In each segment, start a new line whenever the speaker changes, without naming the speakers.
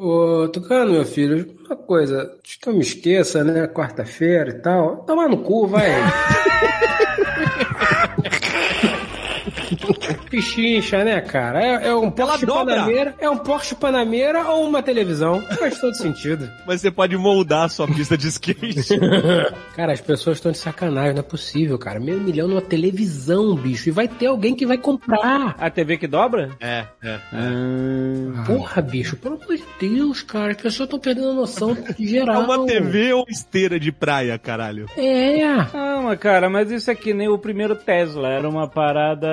Ô, Tucano, meu filho, uma coisa, acho que eu me esqueça, né? Quarta-feira e tal. Toma no cu, vai. Pichincha, né, cara? É, é um Porsche
dobra.
Panamera, é um Porsche Panamera ou uma televisão. Faz todo sentido.
Mas você pode moldar a sua pista de skate.
Cara, as pessoas estão de sacanagem, não é possível, cara. Meio milhão numa televisão, bicho. E vai ter alguém que vai comprar.
Ah,
Ah.
A TV que dobra?
é, é.
Porra, bicho, pelo amor de Deus, cara. As pessoas estão perdendo a noção
É
geral.
uma TV ou esteira de praia, caralho?
É.
Calma, cara, mas isso aqui nem o primeiro Tesla. Era uma parada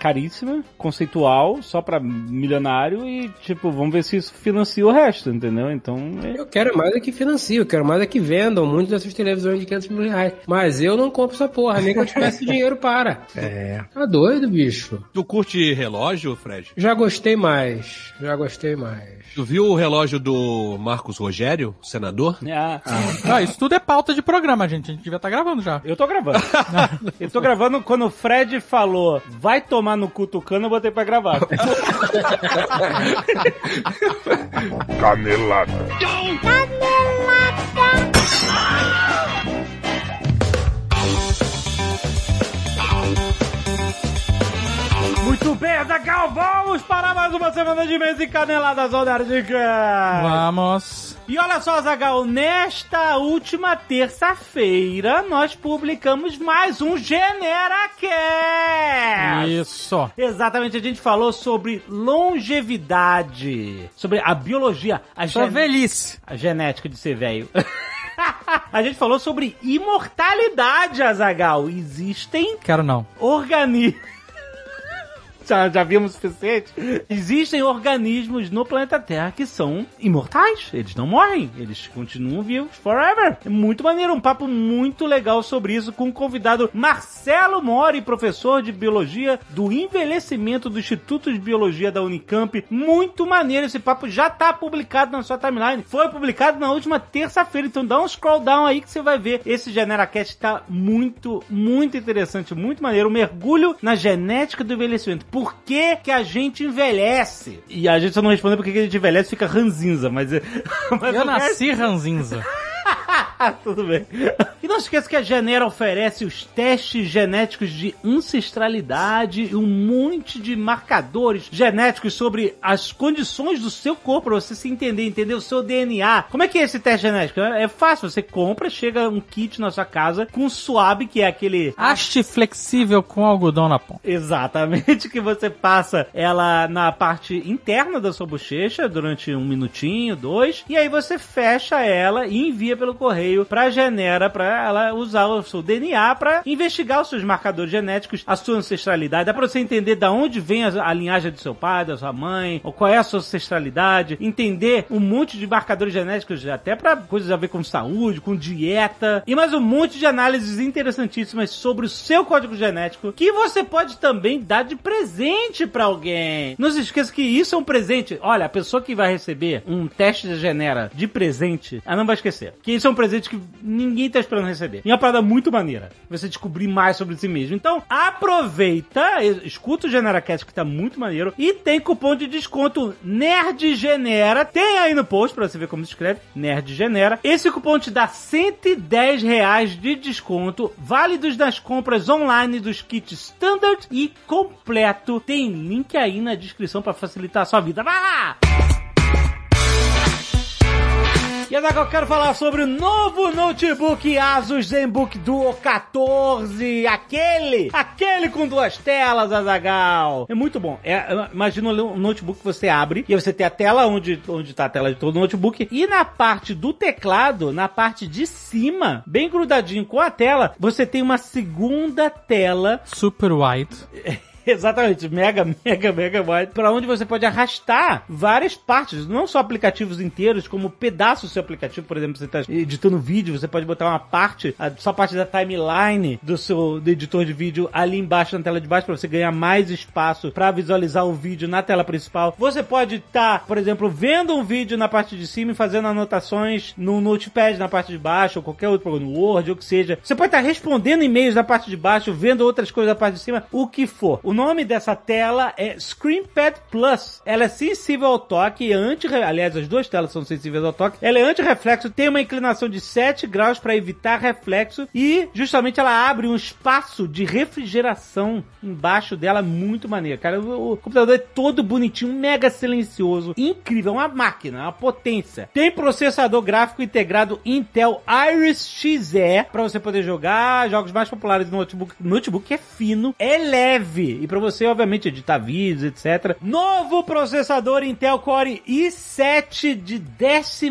caríssima, conceitual, só pra milionário e, tipo, vamos ver se isso financia o resto, entendeu? Então. é-
Eu quero mais é que financie, eu quero mais é que vendam muito dessas televisões de 500 mil reais. Mas eu não compro essa porra, nem que eu tivesse dinheiro para. É. Tá doido, bicho.
Tu curte relógio, Fred?
Já gostei mais, já gostei mais.
Tu viu o relógio do Marcos Rogério, senador?
Ah,
Ah, isso tudo é pauta de programa, gente. A gente devia estar gravando já.
eu tô gravando. eu tô gravando quando o Fred falou, vai tomar no cu tucano, eu botei pra gravar.
Canelada.
Muito bem, Azagal, vamos para mais uma semana de mês e caneladas Aldardica!
Vamos.
E olha só, Zagal, nesta última terça-feira nós publicamos mais um GeneraCast!
Isso.
Exatamente, a gente falou sobre longevidade, sobre a biologia, a,
Sua
gen-
velhice.
a genética de ser velho. a gente falou sobre imortalidade, Azagal. Existem
Quero não.
organismos. Já, já vimos o suficiente? Existem organismos no planeta Terra que são imortais. Eles não morrem. Eles continuam vivos forever. É muito maneiro. Um papo muito legal sobre isso com o convidado Marcelo Mori, professor de Biologia do Envelhecimento do Instituto de Biologia da Unicamp. Muito maneiro. Esse papo já tá publicado na sua timeline. Foi publicado na última terça-feira. Então dá um scroll down aí que você vai ver. Esse GeneraCast tá muito, muito interessante, muito maneiro. Um mergulho na genética do envelhecimento. Por que que a gente envelhece? E a gente só não responde porque que a gente envelhece fica ranzinza, mas... é- mas
Eu
o resto-
nasci ranzinza.
ah, tudo bem. E não esqueça que a Genera oferece os testes genéticos de ancestralidade e um monte de marcadores genéticos sobre as condições do seu corpo, pra você se entender, entender o seu DNA. Como é que é esse teste genético? É é fácil, você compra, chega um kit na sua casa com suave, que é aquele
Haste flexível com algodão na ponta.
Exatamente, que você passa ela na parte interna da sua bochecha durante um minutinho, dois, e aí você fecha ela e envia pelo correio pra Genera pra ela usar o seu DNA pra investigar os seus marcadores genéticos, a sua ancestralidade, dá pra você entender da onde vem a, a linhagem do seu pai, da sua mãe, ou qual é a sua ancestralidade, entender um monte de marcadores genéticos, até pra coisas a ver com saúde, com dieta, e mais um monte de análises interessantíssimas sobre o seu código genético que você pode também dar de presente pra alguém. Não se esqueça que isso é um presente. Olha, a pessoa que vai receber um teste de genera de presente, ela não vai esquecer. Que isso é um presente que ninguém tá esperando receber. E é uma parada muito maneira. Você descobrir mais sobre si mesmo. Então, aproveita, es- escuta o GeneraCast que tá muito maneiro. E tem cupom de desconto Nerd Genera. Tem aí no post pra você ver como se escreve. Nerd Genera. Esse cupom te dá 110 reais de desconto, válidos nas compras online dos kits standard e completo. Tem link aí na descrição pra facilitar a sua vida. Vai lá! E agora eu quero falar sobre o novo notebook Asus ZenBook Duo 14. Aquele, aquele com duas telas, Azagal. É muito bom. É, imagina um notebook que você abre e aí você tem a tela onde, onde tá a tela de todo o notebook. E na parte do teclado, na parte de cima, bem grudadinho com a tela, você tem uma segunda tela
Super white.
Exatamente, mega, mega, mega wide. Pra onde você pode arrastar várias partes, não só aplicativos inteiros, como pedaços do seu aplicativo. Por exemplo, você está editando vídeo, você pode botar uma parte, a, só a parte da timeline do seu do editor de vídeo ali embaixo na tela de baixo, para você ganhar mais espaço para visualizar o vídeo na tela principal. Você pode estar, por exemplo, vendo um vídeo na parte de cima e fazendo anotações no notepad na parte de baixo, ou qualquer outro programa, no tá Word, ou o que seja. Você pode estar respondendo e-mails na parte de baixo, vendo outras coisas na parte de cima, o que for. O O nome dessa tela é ScreenPad Plus. Ela é sensível ao toque e anti... Aliás, as duas telas são sensíveis ao toque. Ela é anti-reflexo, tem uma inclinação de 7 graus para evitar reflexo e justamente ela abre um espaço de refrigeração embaixo dela muito maneiro. Cara, o, o computador é todo bonitinho, mega silencioso, incrível, é uma máquina, é uma potência. Tem processador gráfico integrado Intel Iris Xe para você poder jogar jogos mais populares no notebook. Notebook é fino, é leve e para você obviamente editar vídeos, etc. Novo processador Intel Core i7 de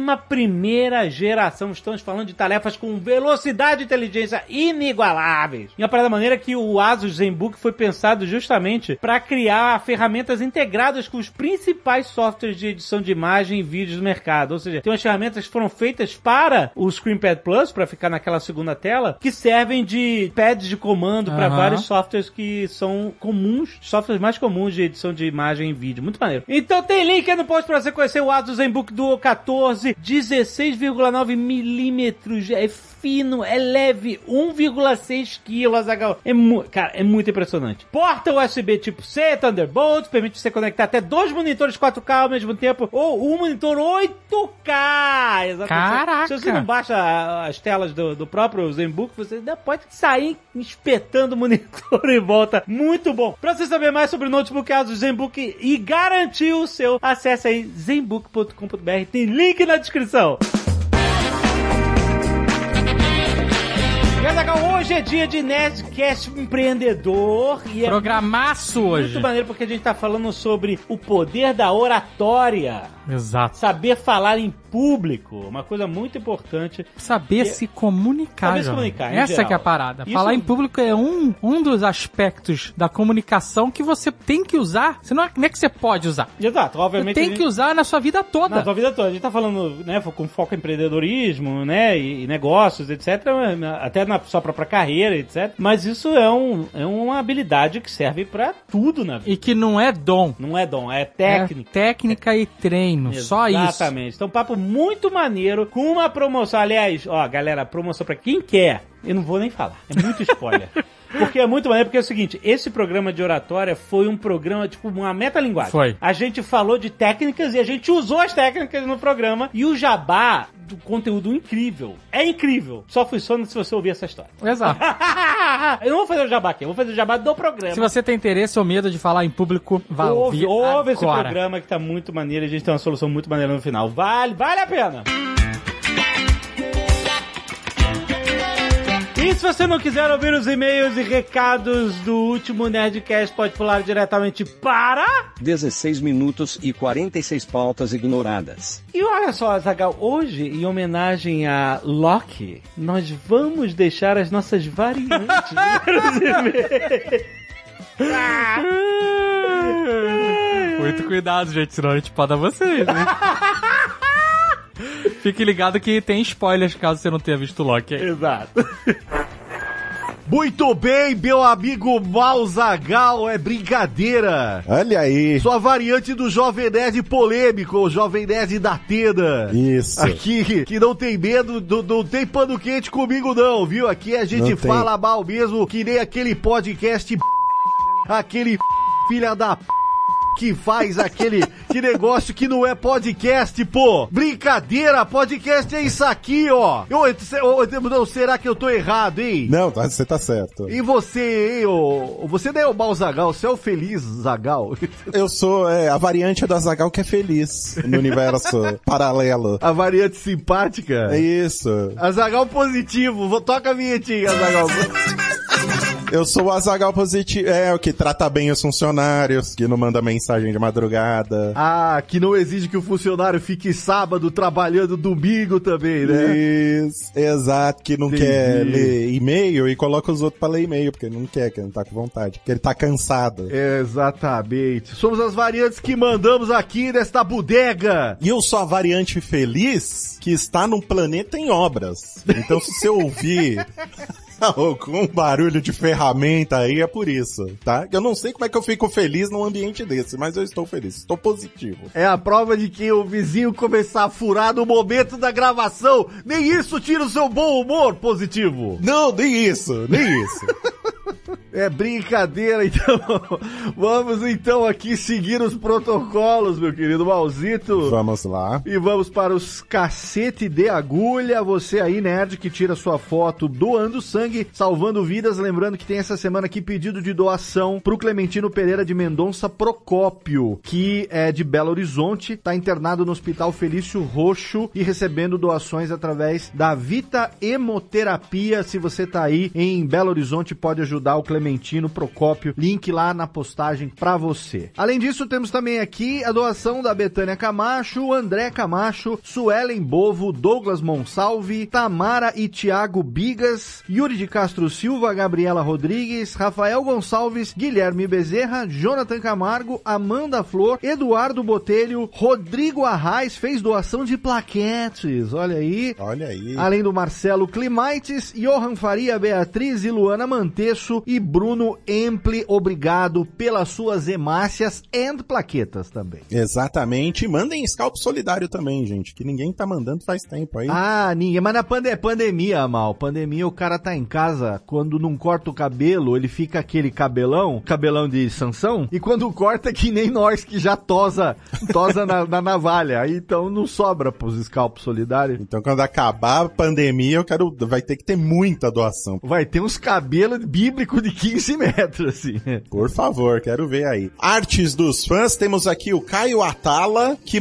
11ª geração. Estamos falando de tarefas com velocidade e inteligência inigualáveis. E a parada maneira é que o Asus ZenBook foi pensado justamente para criar ferramentas integradas com os principais softwares de edição de imagem e vídeos do mercado. Ou seja, tem umas ferramentas que foram feitas para o ScreenPad Plus, para ficar naquela segunda tela, que servem de pads de comando para
Aham.
vários softwares que são comuns, softwares mais comuns de edição de imagem e vídeo. Muito maneiro. Então tem link aí no post pra você conhecer o Asus ZenBook Duo 14, 16,9 milímetros. É fino, é leve, 1,6 quilos. Azaghal. É mu- cara, é muito impressionante. Porta USB tipo C, Thunderbolt, permite você conectar até dois monitores 4K ao mesmo tempo, ou um monitor 8K. Exatamente.
Caraca!
Se você não baixa a- as telas do, do próprio ZenBook, você ainda pode sair espetando o monitor em volta. Muito bom. Pra você saber mais sobre o notebook Asus ZenBook e garantir o seu, acesse aí zenbook.com.br. Tem link na descrição. E, Azaghal, Hoje é dia de Nerdcast empreendedor e é
Programaço hoje.
muito maneiro porque a gente tá falando sobre o poder da oratória,
Exato.
saber falar em público, uma coisa muito importante
Saber
E- é
se comunicar.
Saber se
jovem.
comunicar, em
Essa
geral.
que é a parada.
Isso-
Falar em público é um, um dos aspectos da comunicação que você tem que usar. Você não é, não é que você pode usar.
Exato,
Você
obviamente.
tem que usar na sua vida
na
toda.
sua vida toda. A gente tá falando, né, com foco em empreendedorismo, né, e, e negócios, etc, até na sua própria carreira, etc. Mas isso é, um, é uma habilidade que serve pra tudo na vida.
E que não é dom.
Não é dom, é
É
técnica.
técnica e treino. Só isso.
Exatamente. Então, papo muito maneiro, com uma promoção. Aliás, ó, galera, promoção pra quem quer. Eu não vou nem falar. É muito spoiler. Porque é muito maneiro, porque é o seguinte, esse programa de oratória foi um programa, tipo, uma metalinguagem.
Foi.
A gente falou de técnicas e a gente usou as técnicas no programa. E o jabá do conteúdo incrível. É incrível. Só funciona se você ouvir essa história.
Exato.
Eu não vou fazer o jabá aqui, eu vou fazer o jabá do programa.
Se você tem interesse ou medo de falar em público, vá ouvir
Ouve, ouve esse
agora.
programa que tá muito maneiro. A gente tem uma solução muito maneira no final. Vale, vale a pena! E se você não quiser ouvir os e-mails e recados do último Nerdcast, pode pular diretamente para.
16 minutos e 46 pautas ignoradas.
E olha só, Zagal, hoje, em homenagem a Loki, nós vamos deixar as nossas variantes para os e-mails.
Muito cuidado, gente, senão a gente pode dar vocês, né? Fique ligado que tem spoilers caso você não tenha visto o Loki. aí.
Exato.
Muito bem, meu amigo Malzagal, é brincadeira.
Olha aí.
Sua variante do Jovem Nerd polêmico, o Jovem Nerd da Tena.
Isso.
Aqui, que não tem medo, do- não tem pano quente comigo não, viu? Aqui a gente
Não tem.
fala mal mesmo, que nem aquele podcast b****, aquele b****, filha da p... que faz aquele que negócio que não é podcast, pô. Brincadeira, podcast é isso aqui, ó. Eu, eu- não, será que eu tô errado, hein?
Não, tá- você tá certo.
E você, hein, ô, você não é o mau Zagal, você é o feliz Zagal.
Eu sou é, a variante da Zagal que é feliz no universo paralelo.
A variante simpática.
É isso.
A Zagal positivo, vou toca a vinhetinha, Zagal.
Eu sou o Azagal positivo. É, o que trata bem os funcionários, que não manda mensagem de madrugada.
Ah, que não exige que o funcionário fique sábado trabalhando domingo também, né?
Isso, exato, que não
Entendi.
quer ler e-mail e coloca os outros pra ler e-mail, porque ele não quer, que ele não tá com vontade, porque ele tá cansado.
Exatamente. Somos as variantes que mandamos aqui nesta bodega.
E eu sou a variante feliz que está num planeta em obras. Então se você ouvir algum barulho de ferramenta aí, é por isso, tá? Eu não sei como é que eu fico feliz num ambiente desse, mas eu estou feliz, estou positivo.
É a prova de que o vizinho começar a furar no momento da gravação. Nem isso tira o seu bom humor positivo.
Não, nem isso, nem isso.
É brincadeira, então. Vamos então aqui seguir os protocolos, meu querido Malzito.
Vamos lá.
E vamos para os cacete de agulha. Você aí, nerd, que tira sua foto doando sangue, salvando vidas. Lembrando que tem essa semana aqui pedido de doação pro Clementino Pereira de Mendonça Procópio, que é de Belo Horizonte, tá internado no Hospital Felício Roxo e recebendo doações através da Vita Hemoterapia. Se você tá aí em Belo Horizonte, pode ajudar o Clementino Procópio. Link lá na postagem pra você. Além disso, temos também aqui a doação da Betânia Camacho, André Camacho, Suelen Bovo, Douglas Monsalve, Tamara e Tiago Bigas, Yuri de Castro Silva, Gabriela Rodrigues, Rafael Gonçalves, Guilherme Bezerra, Jonathan Camargo, Amanda Flor, Eduardo Botelho, Rodrigo Arraes fez doação de plaquetes. Olha aí.
Olha aí.
Além do Marcelo Climaites, Johan Faria, Beatriz e Luana Manteço e Bruno Emple, obrigado pelas suas hemácias and plaquetas também.
Exatamente. Mandem scalp solidário também, gente, que ninguém tá mandando faz tempo aí.
Ah, ninguém. Mas na pande pandemia, mal. Pandemia, o cara tá em casa. Quando não corta o cabelo, ele fica aquele cabelão, cabelão de Sansão. E quando corta, é que nem nós que já tosa, tosa na, na navalha. Aí, Então não sobra pros scalpos solidários.
Então quando acabar a pandemia, eu quero vai ter que ter muita doação.
Vai ter uns cabelos bíblicos de 15 metros, assim.
Por favor, quero ver aí. Artes dos fãs, temos aqui o Caio Atala, que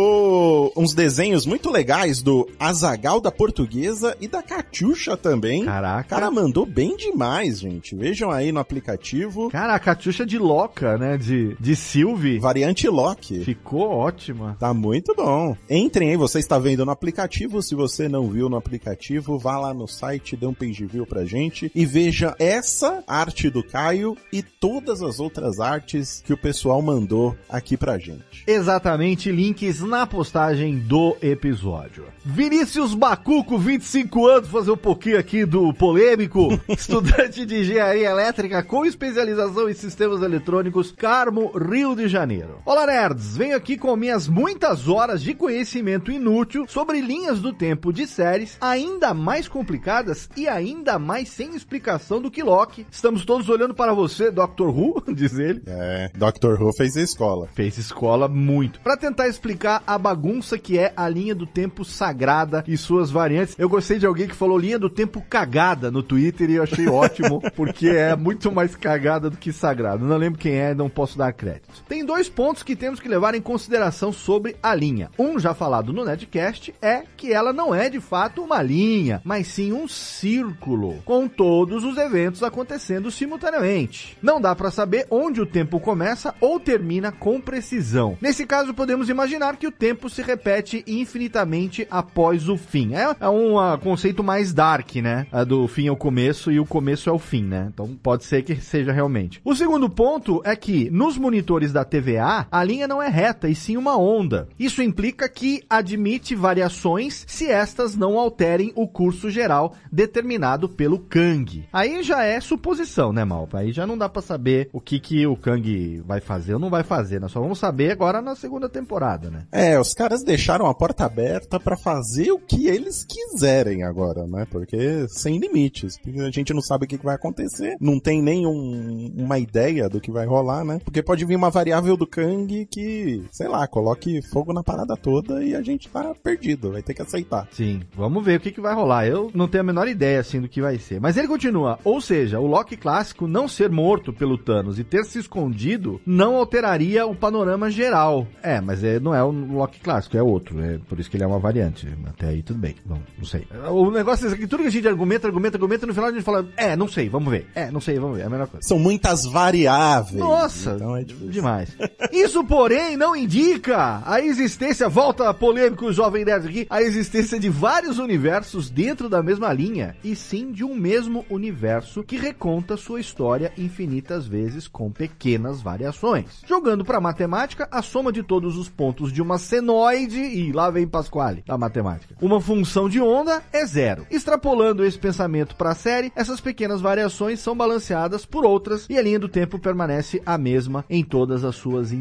mandou uns desenhos muito legais do Azagal da Portuguesa e da Catiuxa também. O
Caraca.
cara mandou bem demais, gente. Vejam aí no aplicativo.
Cara, a Catiuxa de Loca, né? De, de Sylvie.
Variante Loki.
Ficou ótima.
Tá muito bom. Entrem aí, você está vendo no aplicativo. Se você não viu no aplicativo, vá lá no site, dê um page view pra gente e veja essa arte do Caio e todas as outras artes que o pessoal mandou aqui pra gente.
Exatamente, links na postagem do episódio. Vinícius Bacuco, 25 anos, fazer um pouquinho aqui do polêmico, estudante de engenharia elétrica com especialização em sistemas eletrônicos, Carmo, Rio de Janeiro. Olá, nerds! Venho aqui com minhas muitas horas de conhecimento inútil sobre linhas do tempo de séries ainda mais complicadas e ainda mais sem explicação do que Loki. Estamos todos olhando para você, Dr. Who, diz ele.
É, Dr. Who fez a escola.
Fez escola muito. Pra tentar explicar a bagunça que é a linha do tempo sagrada e suas variantes. Eu gostei de alguém que falou linha do tempo cagada no Twitter e eu achei ótimo, porque é muito mais cagada do que sagrada. Não lembro quem é, não posso dar crédito. Tem dois pontos que temos que levar em consideração sobre a linha. Um já falado no Netcast é que ela não é de fato uma linha, mas sim um círculo, com todos os eventos acontecendo simultaneamente. Não dá pra saber onde o tempo começa ou termina com precisão. Nesse caso, podemos imaginar que o tempo se repete infinitamente após o fim. É, é um ah, conceito mais dark, né? A do fim é o começo e o começo é o fim, né? Então pode ser que seja realmente. O segundo ponto é que nos monitores da TVA, a linha não é reta e sim uma onda. Isso implica que admite variações se estas não alterem o curso geral determinado pelo Kang. Aí já é suposição, né, Malpa? Aí já não dá pra saber o que, que o Kang vai fazer ou não vai fazer. Nós só vamos saber agora na segunda temporada, né?
É, os caras deixaram a porta aberta pra fazer o que eles quiserem agora, né? Porque sem limites. Porque a gente não sabe o que que vai acontecer, não tem nenhuma ideia do que vai rolar, né? Porque pode vir uma variável do Kang que, sei lá, coloque fogo na parada toda e a gente tá perdido, vai ter que aceitar.
Sim, vamos ver o que, que vai rolar. Eu não tenho a menor ideia, assim, do que vai ser. Mas ele continua. Ou seja, o Loki clássico não ser morto pelo Thanos e ter se escondido não alteraria o panorama geral. É, mas é, não é o Loki clássico, é outro. É por isso que ele é uma variante. Até aí tudo bem. Bom, não sei. O negócio é que tudo que a gente argumenta, argumenta, argumenta, no final a gente fala, é, não sei, vamos ver. É, não sei, vamos ver. É a melhor coisa.
São muitas variáveis.
Nossa,
Então é difícil.
demais. Isso, porém, não indica a existência, volta a polêmica o jovem nerd aqui, a existência de vários universos dentro da mesma linha, e sim de um mesmo universo que reconta sua história infinitas vezes com pequenas variações. Jogando para matemática, a soma de todos os pontos de uma senoide, e lá vem Pasquale, da matemática, uma função de onda é zero. Extrapolando esse pensamento para a série, essas pequenas variações são balanceadas por outras e a linha do tempo permanece a mesma em todas as suas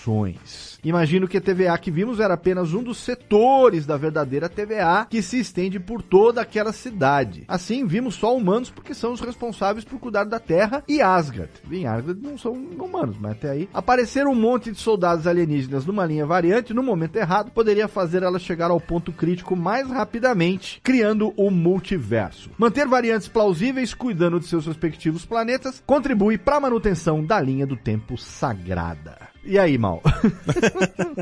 interações. Imagino que a TVA que vimos era apenas um dos setores da verdadeira TVA que se estende por toda aquela cidade. Assim, vimos só humanos porque são os responsáveis por élfico cuidaram da terra e Asgard. Em Asgard não são humanos, mas até aí. Apareceram um monte de soldados alienígenas numa linha variante, no momento errado, poderia fazer ela chegar ao ponto crítico mais rapidamente, criando o multiverso. Manter variantes plausíveis, cuidando de seus respectivos planetas, contribui para a manutenção da linha do tempo sagrada. E aí, Mal?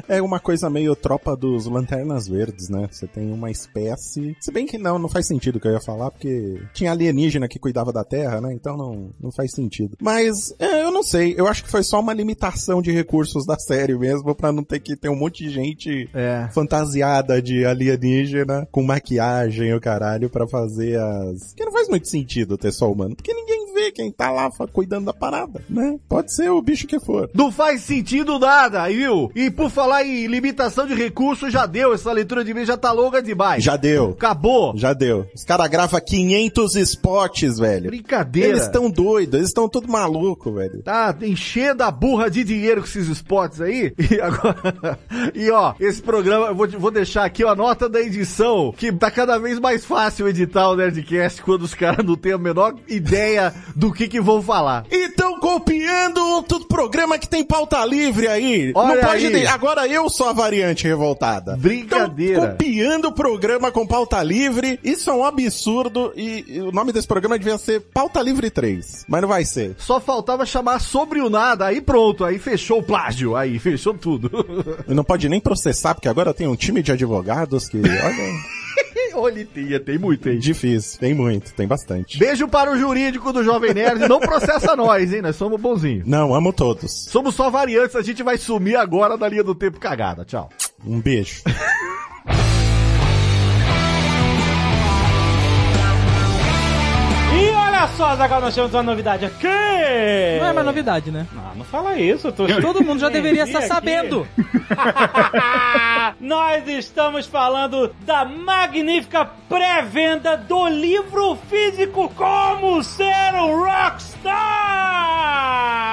É uma coisa meio tropa dos lanternas verdes, né? Você tem uma espécie. Se bem que não, não faz sentido o que eu ia falar, porque tinha alienígena que cuidava da Terra, né? Então não, não faz sentido. Mas é, eu não sei. Eu acho que foi só uma limitação de recursos da série mesmo, pra não ter que ter um monte de gente
É.
fantasiada de alienígena com maquiagem e o caralho pra fazer as. Que não faz muito sentido ter só humano, porque ninguém vê quem tá lá fa- cuidando da parada, né? Pode ser o bicho que for.
Não faz sentido nada, viu? E por falar em limitação de recursos, já deu. Essa leitura de e-mail já tá longa demais.
Já deu.
Acabou.
Já deu. Os caras gravam 500 spots, velho.
Brincadeira.
Eles estão doidos, eles estão tudo maluco, velho.
Tá enchendo a burra de dinheiro com esses spots aí. E agora. E ó, esse programa, eu vou, te- vou deixar aqui ó, a nota da edição, que tá cada vez mais fácil editar o Nerdcast quando os caras não têm a menor ideia do que que vão falar.
Então copiando outro programa que tem pauta livre aí.
Olha
Não pode
aí.
ter- Agora eu sou a variante revoltada.
Brincadeira.
Tão copiando o programa com pauta livre. Isso é um absurdo e, e o nome desse programa devia ser Pauta Livre 3, mas não vai ser.
Só faltava chamar sobre o nada, aí pronto, aí fechou o plágio, aí fechou tudo.
Não pode nem processar porque agora tem um time de advogados que, olha,
Olha, tem, tem muito, hein?
difícil, tem muito, tem bastante.
Beijo para o jurídico do Jovem Nerd. Não processa nós, hein? Nós somos bonzinhos.
Não, amo todos.
Somos só variantes, a gente vai sumir agora da linha do tempo cagada. Tchau.
Um beijo.
E olha só, Zagal, nós temos uma novidade aqui!
Não é mais novidade, né?
Ah, não fala isso, eu tô...
Todo mundo já deveria estar
Entendi aqui.
sabendo.
Nós estamos falando da magnífica pré-venda do livro físico Como Ser um Rockstar!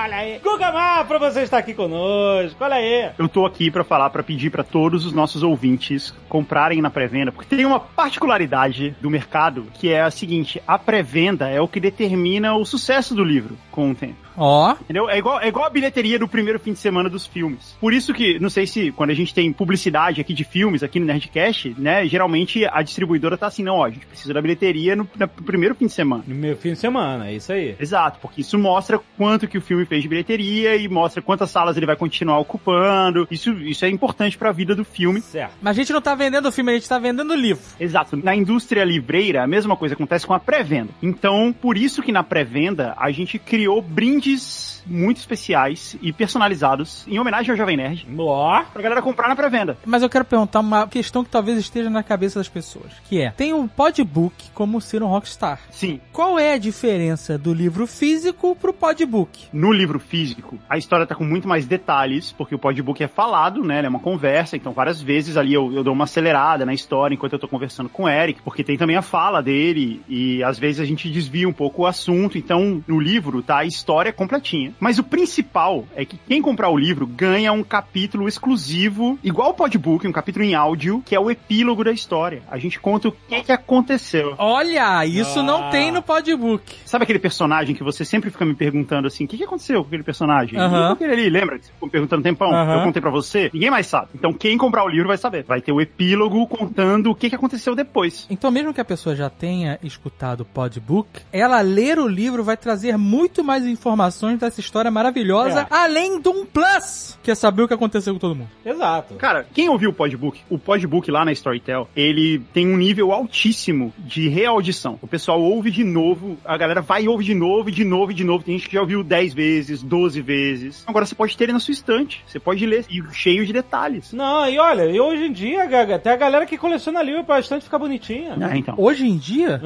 Olha aí! Guga Mafra, você está aqui conosco, olha aí!
Eu tô aqui pra falar, pra pedir pra todos os nossos ouvintes comprarem na pré-venda, porque tem uma particularidade do mercado que é a seguinte: a pré-venda é o que determina o sucesso do livro com o tempo.
Ó,
Entendeu? É igual, é igual a bilheteria do primeiro fim de semana dos filmes. Por isso que, não sei se quando a gente tem publicidade aqui de filmes, aqui no Nerdcast, né? Geralmente a distribuidora tá assim, não, ó, a gente precisa da bilheteria no, no primeiro fim de semana.
No meu fim de semana, é isso aí.
Exato, porque isso mostra quanto que o filme fez de bilheteria e mostra quantas salas ele vai continuar ocupando. Isso, isso é importante pra vida do filme.
Certo.
mas a gente não tá vendendo o filme, a gente tá vendendo o livro.
Exato. Na indústria livreira, a mesma coisa acontece com a pré-venda. Então, por isso que na pré-venda a gente criou brindes muito especiais e personalizados em homenagem ao Jovem Nerd
Ó,
pra galera comprar na pré-venda.
Mas eu quero perguntar uma questão que talvez esteja na cabeça das pessoas, que é, tem um podbook como ser um rockstar.
Sim,
Qual é a diferença do livro físico pro podbook?
no livro físico, a história tá com muito mais detalhes, porque o podbook é falado, né? Ele é uma conversa, então várias vezes ali eu, eu dou uma acelerada na história enquanto eu tô conversando com o Eric, porque tem também a fala dele, e às vezes a gente desvia um pouco o assunto, então no livro tá a história completinha. Mas o principal é que quem comprar o livro ganha um capítulo exclusivo, igual o podbook, um capítulo em áudio, que é o epílogo da história. A gente conta o que, que aconteceu.
Olha, isso não
Ah.
tem no podbook.
Sabe aquele personagem que você sempre fica me perguntando assim, o que, que aconteceu com aquele personagem?
Aham.
E Aquele ali, lembra? que Você ficou me perguntando um tempão,
Aham.
eu contei pra você, ninguém mais sabe. Então quem comprar o livro vai saber. Vai ter o epílogo contando o que, que aconteceu depois.
Então, mesmo que a pessoa já tenha escutado o podbook, ela ler o livro vai trazer muito mais informações dessa história maravilhosa,
É.
além de um plus, que é saber o que aconteceu com todo mundo.
exato.
Cara, quem ouviu o podbook, o podbook lá na Storytel, ele tem um nível altíssimo de reaudição. O pessoal ouve de novo, a galera vai e ouve de novo, e de novo, e de novo. Tem gente que já ouviu 10 vezes, 12 vezes. Agora você pode ter ele na sua estante, você pode ler e cheio de detalhes.
Não, e olha, e hoje em dia, Gaga, tem a galera que coleciona livro pra estante ficar bonitinha.
Ah, então.
Hoje em dia.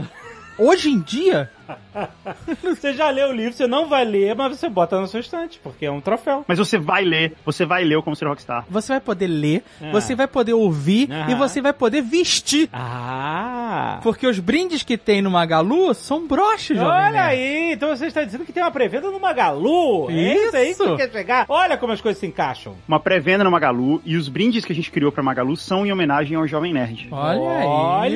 Hoje em dia?
Você já leu o livro, você não vai ler, mas você bota na sua estante, porque é um troféu.
Mas você vai ler, você vai ler o Como Ser Rockstar.
Você vai poder ler,
Ah.
você vai poder ouvir
Aham.
e você vai poder vestir.
Ah!
Porque os brindes que tem no Magalu são broches, jovem.
Olha
nerd.
aí, então você está dizendo que tem uma pré-venda no Magalu. É isso aí que
Isso.
você quer chegar? Olha como as coisas se encaixam.
uma pré-venda no Magalu e os brindes que a gente criou pra Magalu são em homenagem ao Jovem Nerd.
Olha aí.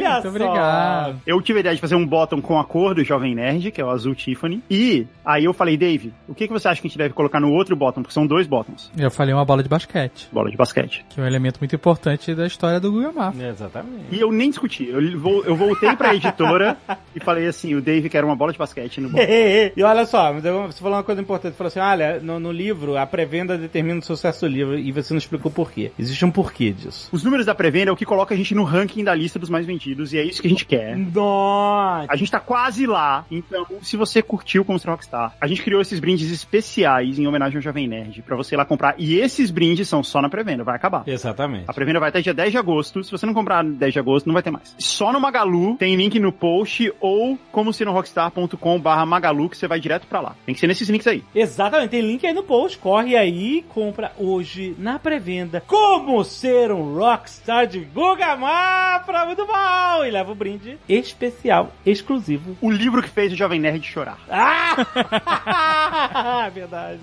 Olha
Muito
só.
obrigado.
Eu tive a ideia de fazer um bottom com a cor do Jovem Nerd, que é o azul Tiffany. E aí eu falei, Dave, o que, que você acha que a gente deve colocar no outro bottom? Porque são dois bottoms.
Eu falei uma bola de basquete,
Bola de basquete.
que é um elemento muito importante da história do Google Maps.
Exatamente.
E eu nem discuti. Eu, vol- eu voltei pra editora e falei assim: o Dave quer uma bola de basquete no bottom.
E olha só, mas eu- você falou uma coisa importante. Você falou assim: olha, no, no livro, a pré-venda determina o sucesso do livro e você não explicou por quê. Existe um porquê disso.
Os números da pré-venda é o que coloca a gente no ranking da lista dos mais vendidos e é isso que a gente quer.
Nossa!
A gente tá quase lá. Então, se você curtiu como ser Rockstar, a gente criou esses brindes especiais em homenagem ao Jovem Nerd pra você ir lá comprar. E esses brindes são só na pré-venda, vai acabar.
Exatamente.
A pré-venda vai até dia 10 de agosto. Se você não comprar no 10 de agosto, não vai ter mais. Só no Magalu tem link no post ou como se no rockstar.com/barra Magalu que você vai direto pra lá. Tem que ser nesses links aí.
Exatamente, tem link aí no post. Corre aí e compra hoje na pré-venda. Como ser um rockstar de Guga Mafra? Muito bom! E leva o brinde especial, exclusivo.
O livro que fez o Jovem Nerd chorar.
Ah! Verdade.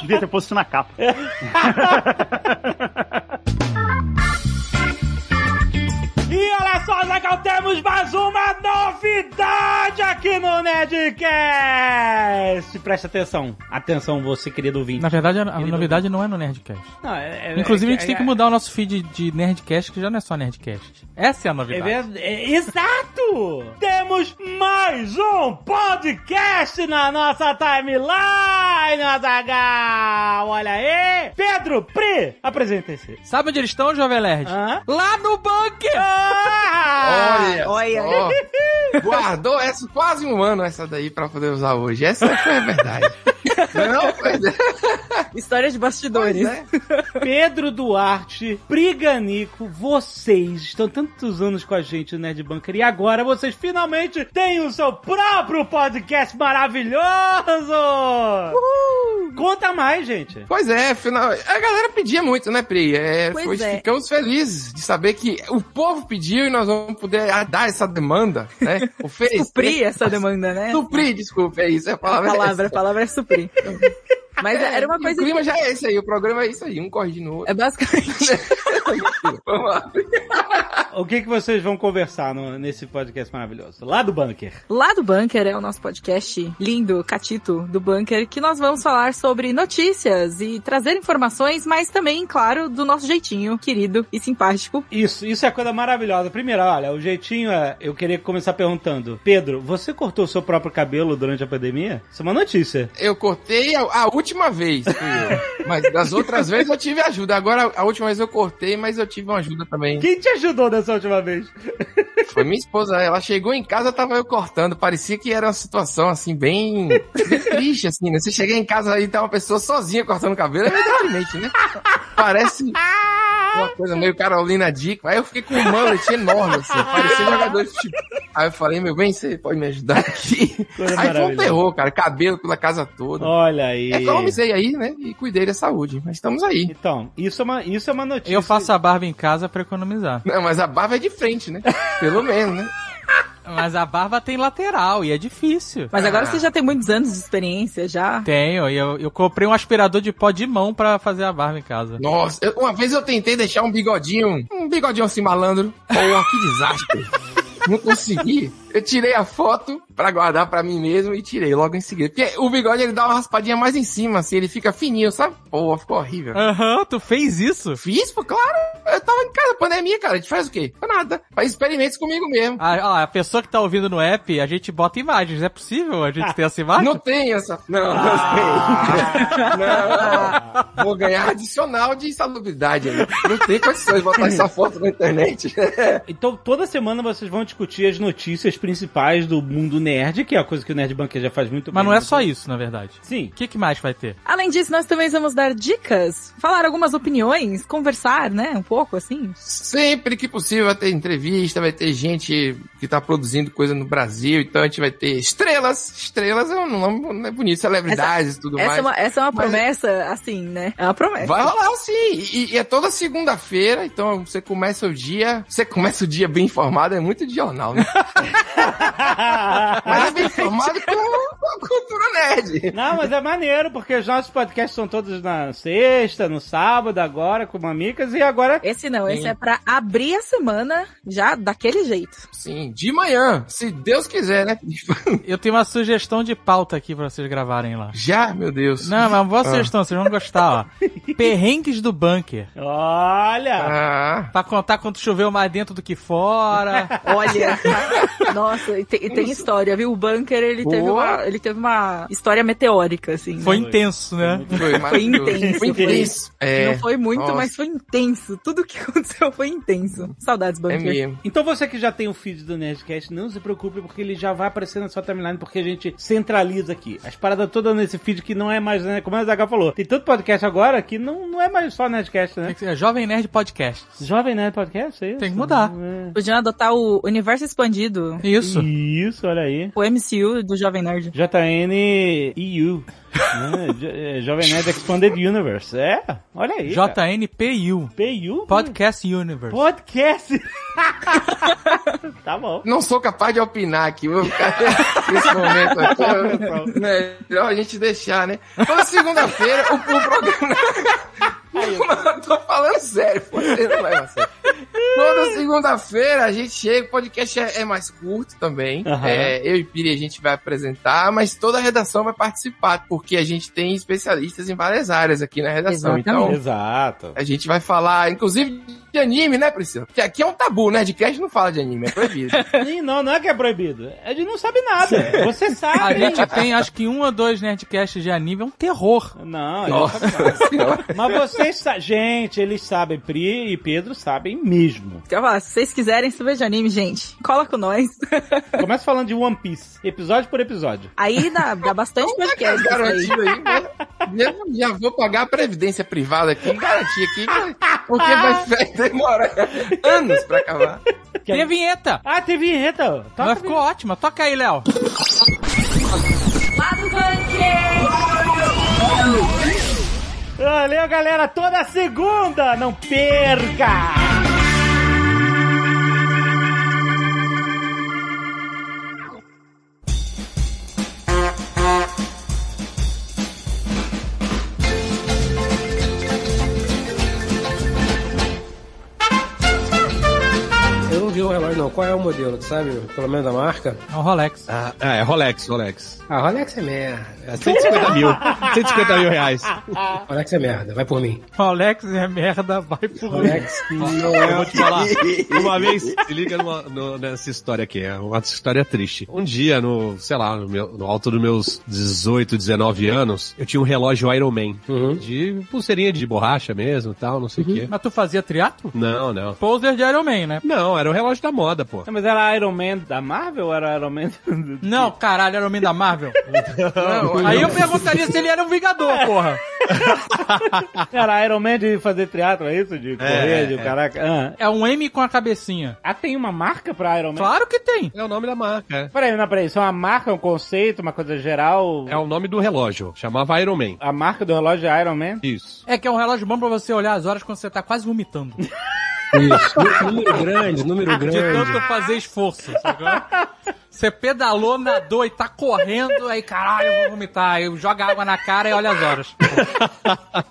Devia ter posto na capa.
E olha só, Zagal, temos mais uma novidade aqui no Nerdcast! Presta atenção. Atenção, você, querido ouvinte.
Na verdade, a, a
Ele
novidade não é no Nerdcast.
Não, é- é-
Inclusive, a gente
é-
tem que
é-
mudar o nosso feed de Nerdcast, que já não é só Nerdcast. Essa é a
É
novidade.
verdade. É- exato! Temos mais um podcast na nossa timeline, Azagal! Olha aí! Pedro Pri, apresenta-se.
Sabe onde eles estão, Jovem Nerd?
Hã?
Lá no bunker!
Ah!
Olha, só. guardou essa quase um ano essa daí pra poder usar hoje. Essa foi a verdade. Não, pois é,
História de bastidores.
pois é.
Pedro Duarte, Priganico, vocês estão tantos anos com a gente no Nerd Bunker e agora vocês finalmente têm o seu próprio podcast maravilhoso! Conta mais, gente.
Pois é, final... a galera pedia muito, né, Pri? É,
Pois
foi-
é.
Ficamos felizes de saber que o povo pediu e nós vamos poder ah, dar essa demanda, né? Oferecer.
Suprir essa demanda, né?
Suprir, desculpa, é isso. É a
A
palavra. é
palavra, a
essa.
palavra é suprir. Mas era uma
E
coisa
O clima
que...
já é esse aí, o programa é isso aí, um corrigindo o outro.
É basicamente...
Vamos lá.
O que, que vocês vão conversar no- nesse podcast maravilhoso? Lá do bunker.
Lá do Bunker é o nosso podcast lindo, catito do Bunker, que nós vamos falar sobre notícias e trazer informações, mas também, claro, do nosso jeitinho querido e simpático.
Isso, isso é coisa maravilhosa. Primeiro, olha, o jeitinho é. Eu queria começar perguntando: Pedro, você cortou o seu próprio cabelo durante a pandemia? Isso é uma notícia.
Eu cortei a, a última vez, fui eu. mas das outras vezes eu tive ajuda. Agora, a última vez eu cortei, mas eu tive uma ajuda também.
Quem te ajudou nessa última vez?
Foi minha esposa, ela chegou em casa, tava eu cortando. Parecia que era uma situação, assim, bem, bem triste, assim, né? Você chegar em casa e tá uma pessoa sozinha cortando cabelo, é meio deprimente, né? Parece uma coisa meio Carolina Dick. Aí eu fiquei com um mullet enorme, assim, parecia um jogador de futebol. Aí eu falei, meu bem, você pode me ajudar aqui?
Coisa
Aí foi um
maravilhosa.
terror, cara, cabelo pela casa toda.
Olha aí.
Economizei aí, né? E cuidei da saúde. Mas estamos aí.
Então, isso é uma, isso é uma notícia.
Eu faço a barba em casa pra economizar.
Não, mas a barba é de frente, né? Pelo menos, né?
Mas a barba tem lateral e é difícil.
Mas agora você já tem muitos anos de experiência, já.
Tenho, e eu, eu comprei um aspirador de pó de mão pra fazer a barba em casa.
Nossa, eu- uma vez eu tentei deixar um bigodinho, um bigodinho assim malandro. Porra, que desastre. Não consegui. Eu tirei a foto pra guardar pra mim mesmo e tirei logo em seguida. Porque o bigode ele dá uma raspadinha mais em cima, assim, ele fica fininho, sabe? Porra, ficou horrível.
Aham, tu fez isso?
Fiz, pô, claro. Eu tava em casa, pandemia, cara. A gente faz o quê? Nada. Faz experimentos comigo mesmo.
A, ó, a pessoa que tá ouvindo no app, a gente bota imagens. É possível a gente ter essa imagem?
Ah, Não tem essa. Não, não tem. Não, não. Vou ganhar adicional de insalubridade aí. Não tem condições de botar essa foto na internet.
Então, toda semana vocês vão discutir as notícias principais do mundo nerd, que é a coisa que o Nerd Bunker já faz muito
Mas
bem.
não é só isso, na verdade.
Sim.
O que, que mais vai ter?
Além disso, nós também vamos dar dicas, falar algumas opiniões, conversar, né? Um pouco assim.
Sempre que possível vai ter entrevista, vai ter gente que tá produzindo coisa no Brasil, então a gente vai ter estrelas. Estrelas é um nome né, bonito, celebridades e tudo
Essa
mais.
é, uma, essa é uma
Mas-
promessa, assim, né? É uma promessa.
Vai rolar sim, e, e é toda segunda-feira, então você começa o dia, você começa o dia bem informado, é muito de jornal, né? Mas é bem informado com Cultura Nerd.
Não, mas é maneiro, porque os nossos podcasts são todos na sexta, no sábado, agora, com mamicas, e agora.
Esse não, esse é pra abrir a semana já daquele jeito.
Sim, de manhã, se Deus quiser, né?
Eu tenho uma sugestão de pauta aqui pra vocês gravarem lá.
Já, meu Deus.
Não, mas uma boa
Ah.
sugestão, vocês vão gostar, ó. Perrengues do bunker.
Olha!
Ah,
Pra contar quanto choveu mais dentro do que fora.
Olha, nossa, e tem, e tem história, viu? O bunker ele teve,
Boa.
uma, ele teve uma história meteórica, assim.
Foi intenso, né?
foi maravilhoso.
intenso,
Foi
foi.
intenso. É,
Não foi muito,
Nossa.
mas foi intenso. Tudo que aconteceu foi intenso. Saudades,
é
Bunker.
mesmo.
Então você que já tem o feed do Nerdcast, não se preocupe, porque ele já vai aparecer na sua timeline, porque a gente centraliza aqui. As paradas todas nesse feed que não é mais, né? Como a Zaga falou, tem tanto podcast agora que não, não é mais só Nerdcast, né?
É Jovem Nerd Podcast.
Jovem Nerd Podcast, é isso?
Tem que mudar.
É.
Podiam adotar o universo expandido,
Isso.
Isso, olha aí.
o MCU do Jovem Nerd.
JN EU. né? Jo- é, Jovem Nerd Expanded Universe. É, olha aí. cara.
JNPU.
PU?
Podcast Universe.
Podcast. tá bom.
Não sou capaz de opinar aqui, vou ficar nesse momento aqui. eu- Melhor a gente deixar, né? Toda segunda-feira o, o programa. Mano, eu tô falando sério, você não vai mais sério. Toda segunda-feira a gente chega, o podcast é, é mais curto também.
Aham.
É, eu e Piri a gente vai apresentar, mas toda a redação vai participar, porque a gente tem especialistas em várias áreas aqui na redação. Então,
Exato.
a gente vai falar, inclusive, de anime, né, Priscila? Porque aqui é um tabu, né? De cast não fala de anime, é proibido.
Ih, não, não é que é proibido. A gente não sabe nada. Você
A
sabe.
gente tem acho que um ou dois Nerdcasts de anime, é um terror.
Não, a gente
Nossa senhora.
Mas vocês sabem. Gente, eles sabem, Pri e Pedro sabem mesmo.
Quer falar, se vocês quiserem saber de anime, gente, cola com nós.
Começa falando de One Piece, episódio por episódio.
Aí dá, dá bastante podcast. é isso aí.
Garantido aí, né? já, já vou pagar a previdência privada aqui, garantir aqui, né? porque vai, vai demorar anos pra acabar.
Que-
Tem a vinheta.
Ah, teve vinheta. Toca
Mas ficou ótima. Toca aí, Léo.
Valeu, Ah, galera. Toda segunda, não perca!
Eu não vi o relógio, não. Qual é o modelo, tu sabe? Pelo menos a marca.
É um Rolex.
Ah, é, Rolex, Rolex.
Ah, Rolex é merda.
É 150 mil. 150 mil reais.
Rolex é merda, vai por mim.
Rolex é merda, vai pro
Rolex não é
Eu vou te falar. Uma vez, se liga numa- no- nessa história aqui, é uma história triste. Um dia, no, sei lá, no, meu- no alto dos meus 18, 19 anos, eu tinha um relógio Iron Man. De pulseirinha de borracha mesmo e tal, não sei o quê.
Mas tu fazia triatlo?
Não, não.
Poser de Iron Man, né?
Não, era o relógio da moda, pô.
Não, mas era Iron Man da Marvel ou era Iron Man do...
Não, caralho, Iron Man da Marvel.
Não, olha,
Aí eu perguntaria se ele era um Vingador, porra.
Era Iron Man de fazer teatro, é isso? De correr, de
é.
caraca. Ah.
É um M com a cabecinha.
Ah, tem uma marca pra Iron Man?
Claro que tem.
É o nome da marca, é.
Peraí, não, peraí. Isso é uma marca, um conceito, uma coisa geral?
É o nome do relógio. Chamava Iron Man.
A marca do relógio é Iron Man?
Isso.
É que é um relógio bom pra você olhar as horas quando você tá quase vomitando. De
Isso. Nú- Número grande, número grande.
tanto fazer esforço. sacou? Você pedalou, nadou e tá correndo, aí caralho, eu vou vomitar. Aí joga água na cara e olha as horas.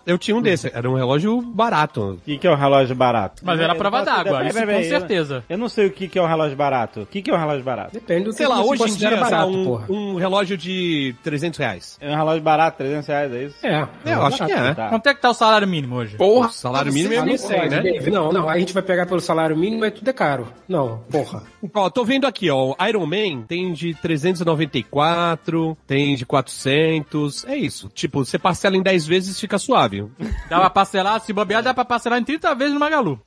Eu tinha um desse. Era um relógio barato.
O que, que é um relógio barato?
Mas era
Eu
prova
posso-
d'água,
peraí,
isso
É, peraí,
com
peraí, eu-
certeza.
Eu não sei o que, que é um relógio barato. O que, que é um relógio barato?
Depende do que
Sei lá,
você
hoje em dia
considera
sei lá,
barato, porra.
um, um relógio de 300 reais.
É um relógio barato, 300 reais, é isso?
É,
É, eu acho que é.
Tá.
Quanto é que tá o salário mínimo hoje?
porra.
O salário mínimo é
Não
1.100,
pode,
né?
Dave. Não, não, aí a gente vai pegar pelo salário mínimo e tudo é caro. Não, porra.
Ó, tô vendo aqui, ó. o Iron Man tem de 394, tem de 400. É isso. Tipo, você parcela em 10 vezes fica suave.
Dá pra parcelar, se bobear, dá pra parcelar em 30 vezes no Magalu.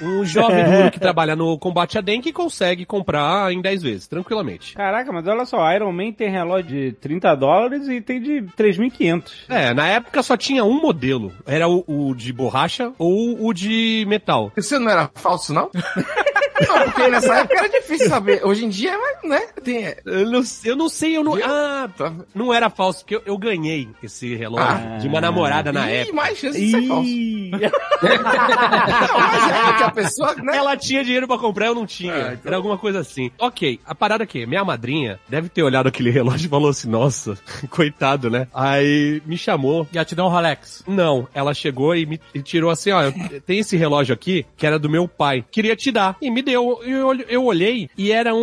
Um jovem duro que trabalha no combate a dengue consegue comprar em 10 vezes, tranquilamente.
Caraca, mas olha só, Iron Man tem relógio de 30 dólares e tem de 3.500.
É, na época só tinha um modelo. Era o, o de borracha ou o de metal.
Você não era falso, não? Não, porque nessa época era difícil saber. Hoje em dia, mas, né? Tem...
Eu, não, eu não sei, eu não. Ah, não era falso, porque eu, eu ganhei esse relógio
Ah.
de uma namorada na
Ih,
época.
mais chance
é
de ser falso.
não,
mas é que a pessoa, né?
Ela tinha dinheiro pra comprar, eu não tinha. Era alguma coisa assim. Ok, a parada aqui, minha madrinha deve ter olhado aquele relógio e falou assim, nossa, coitado, né? Aí me chamou.
E ela te deu um Rolex?
Não, ela chegou e me e tirou assim, ó, tem esse relógio aqui, que era do meu pai, queria te dar. E me deu, eu, olh- eu olhei e era um,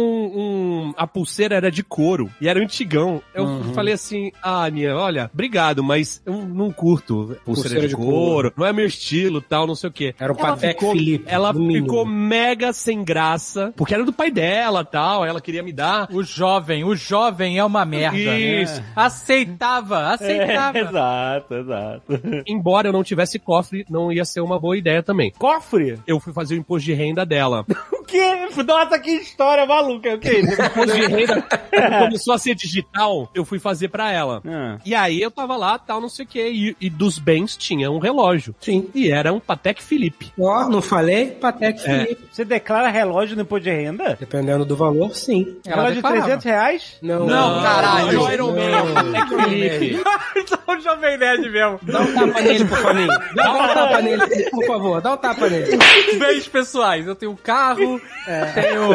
um- a pulseira era de couro, e era antigão. Eu
Uhum.
falei assim, ah, Aninha, olha, obrigado, mas eu não curto pulseira, de, couro, não é meu estilo, tal, não sei o quê.
Era o
É,
Ela
Patek
ficou-
Philippe.
Ela
no mínimo.
ficou mega sem graça, porque era do pai dela, tal, ela queria me dar.
O jovem, o jovem é uma merda.
Isso.
É. Aceitava, aceitava.
É, exato, exato.
Embora eu não tivesse cofre, não ia ser uma boa ideia também.
Cofre?
Eu fui fazer o imposto de renda dela.
O quê? Nossa, que história maluca. O que é isso?
imposto de renda quando começou a ser digital, eu fui fazer pra ela.
Ah.
E aí eu tava lá, tal, não sei o quê, e, e dos bens tinha um relógio.
Sim.
E era um Patek Philippe.
Ó, não falei? Patek
É.
Felipe.
Você declara relógio no imposto de renda?
Dependendo do valor, sim.
Ela
relógio é de
declarava.
300 reais?
Não,
caralho.
Não, Iron Man.
Patek Philippe.
Sou um jovem nerd mesmo.
Dá um tapa nele, por favor. Dá um tapa nele, por favor. Dá um tapa nele.
Bens pessoais. Eu tenho um carro, tenho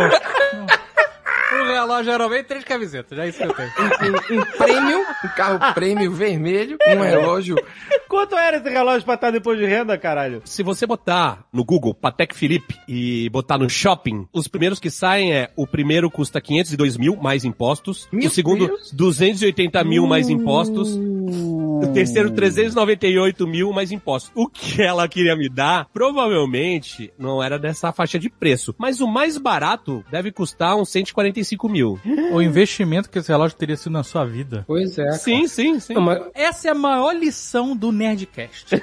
um relógio aeromém e três camisetas. É isso que eu tenho.
Um, um prêmio, um carro prêmio vermelho, um
É.
relógio.
Quanto era esse relógio pra estar no imposto de renda, caralho?
Se você botar no Google Patek Philippe e botar no shopping, os primeiros que saem é o primeiro custa 502 mil mais impostos, o segundo 280 mil mais impostos, o
Uh.
terceiro 398 mil mais impostos. O que ela queria me dar provavelmente não era dessa faixa de preço, mas o mais barato deve custar uns 145 mil.
O investimento que esse relógio teria sido na sua vida.
Pois é.
Sim, sim, sim.
Não, mas
Essa é a maior lição do Nerdcast.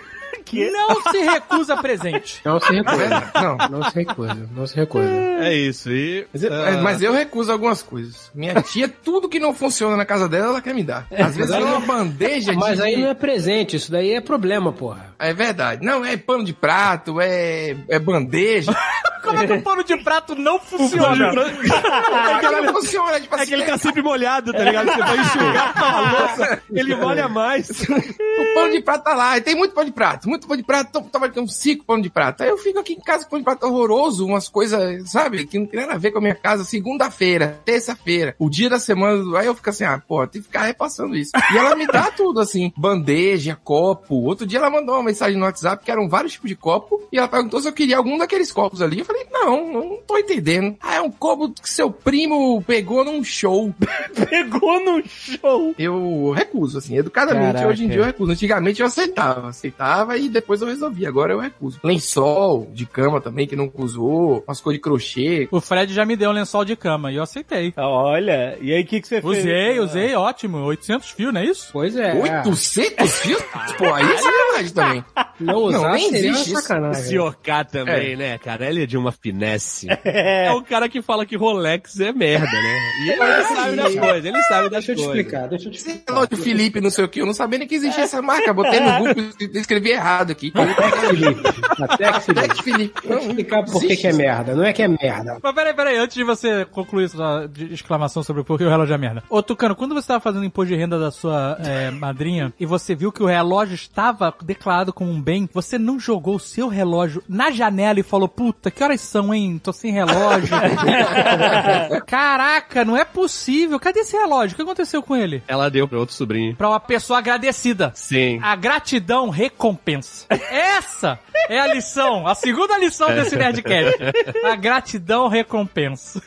Não se recusa a presente.
Não se recusa. Não, não se recusa. Não se recusa.
É isso. E,
Mas é-
É,
ah,
Mas eu recuso algumas coisas. Minha tia, tudo que não funciona na casa dela, ela quer me dar. Às vezes
aí
é uma bandeja de...
Mas aí não é presente, isso daí é problema, porra.
É verdade. Não, é pano de prato, é, é bandeja.
Como é que o pano de prato não funciona?
é que ela não funciona, tipo
É
assim,
que ele tá sempre molhado, tá ligado? Você vai enxugar a louça, ele molha mais.
o pano de prato tá lá. E tem muito pano de prato, muito pano de prato. Tô, tô marcando cinco pano de prato. Aí eu fico aqui em casa com pano de prato horroroso, umas coisas, sabe? Que não tem nada a ver com a minha casa. Segunda-feira, terça-feira, o dia da semana. Aí eu fico assim, ah, pô, tem que ficar repassando isso. E ela me dá tudo, assim, bandeja, copo. Outro dia ela mandou uma mensagem no WhatsApp que eram vários tipos de copo. E ela perguntou se eu queria algum daqueles copos ali. Eu falei, não, não tô entendendo. Ah, é um copo que seu primo pegou num show.
Pegou no show.
Eu recuso, assim, educadamente.
Caraca.
Hoje em dia eu recuso. Antigamente eu aceitava, aceitava e depois eu resolvia. Agora eu recuso. Lençol de cama também, que não usou, umas coisas de crochê.
O Fred já me deu um lençol de cama e eu aceitei.
Ah, Olha, e aí o que, que você fez?
Usei, usei, ótimo. 800 fios, não é isso?
Pois é.
800 fios? Pô, aí é sacanagem também.
Não usar
nem
seria
existe isso.
uma
O
sacanagem.
senhor K também, né, cara? Ele é de uma finesse. É. o cara que fala que Rolex é merda, né? E ele sabe das coisas, ele sabe das
Tá Deixa eu te
coisas.
explicar, deixa eu te
Esse
explicar.
relógio Felipe, não sei o que, eu não sabia nem que existia essa marca. Botei no Google e escrevi errado aqui. Felipe.
Até que Felipe.
Felipe.
Vou te explicar por que
existe
que é
isso.
merda. Não é que é merda.
Mas peraí, peraí, antes de você concluir sua de- exclamação sobre por que o relógio é merda. Ô, Tucano, quando você tava fazendo imposto de renda da sua é, madrinha e você viu que o relógio estava declarado como um bem, você não jogou o seu relógio na janela e falou, puta, que horas são, hein? Tô sem relógio. Caraca, não é possível. Cadê esse relógio? O que aconteceu com ele?
Ela deu pra outro sobrinho.
Pra uma pessoa agradecida.
Sim.
A gratidão recompensa. Essa é a lição, a segunda lição desse Nerdcast. A gratidão recompensa.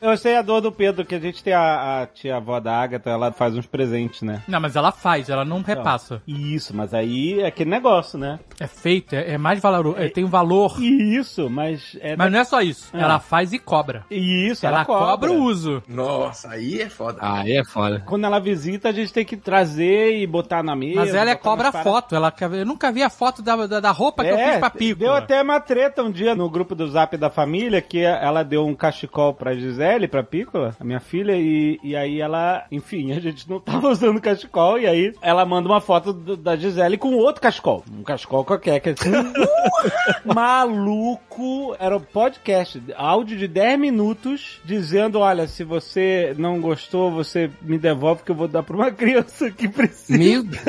Eu sei a dor do Pedro, que a gente tem a, a tia-avó da Agatha, ela faz uns presentes, né?
Não, mas ela faz, ela não repassa.
Isso, mas aí é aquele negócio, né?
É feito, é, é mais valoroso, é, tem um valor.
Isso, mas... É
Mas não é só isso.
Ah.
Ela faz e cobra.
Isso,
Ela,
ela,
cobra. o uso.
Nossa, aí é foda.
Ah, é foda.
Quando ela visita, a gente tem que trazer e botar na mesa.
Mas ela é
botar
cobra
nas paradas.
foto. Ela, eu nunca vi a foto da, da, da roupa que eu
É,
fiz pra pico. né?
Deu até uma treta um dia no grupo do Zap da família que ela deu um cachecol pra pele pra pícola, a minha filha, e, e aí ela, enfim, a gente não tava usando cachecol, e aí ela manda uma foto do- da Gisele com outro cachecol. Um cachecol qualquer. Que... Maluco! Era um podcast, áudio de 10 minutos, dizendo: olha, se você não gostou, você me devolve que eu vou dar pra uma criança que precisa.
Meu Deus!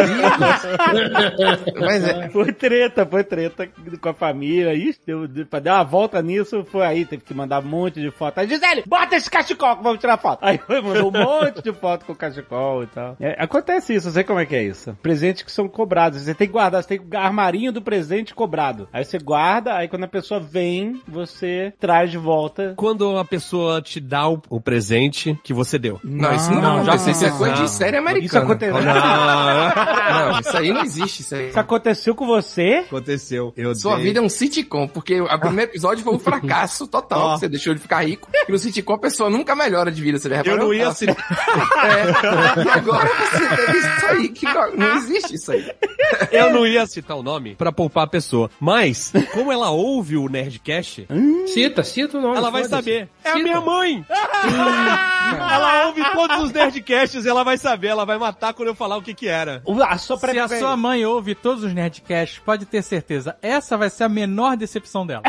Mas é.
Foi treta, foi treta com a família. Isso, deu, deu, pra dar uma volta nisso, foi aí, teve que mandar um monte de foto. Aí, Gisele, bota esse cachecol que vamos tirar foto. Aí foi, mandou um monte de foto com o cachecol e tal. É, acontece isso, eu sei como é que é isso. Presentes que são cobrados. Você tem que guardar, você tem o armarinho do presente cobrado. Aí você guarda, aí quando a pessoa vem, você traz de volta.
Quando a pessoa te dá o, o presente que você deu.
Não, isso não,
Não,
já sei. Isso é coisa
não.
de série americana.
Isso aconteceu.
Não, não, isso aí não existe. Isso aí.
Isso aconteceu com você?
Aconteceu. Eu
Sua
dei-
vida é um sitcom, porque o primeiro episódio foi um fracasso total. Você deixou de ficar rico. E no sitcom a pessoa nunca melhora de vida, você já
Eu
reparou?
não ia
Ela-
se.
É. E agora você teve isso aí, que não, não existe isso aí.
Eu não ia citar o nome pra poupar a pessoa. Mas, como ela ouve o Nerdcast,
Cita, cita o nome.
ela vai
foda-se.
saber. É a
Cita.
minha mãe! ela ouve todos os Nerdcasts e ela vai saber, ela vai matar quando eu falar o que que era.
O- A sua
Se a sua mãe ouve todos os Nerdcasts, pode ter certeza, essa vai ser a menor decepção dela.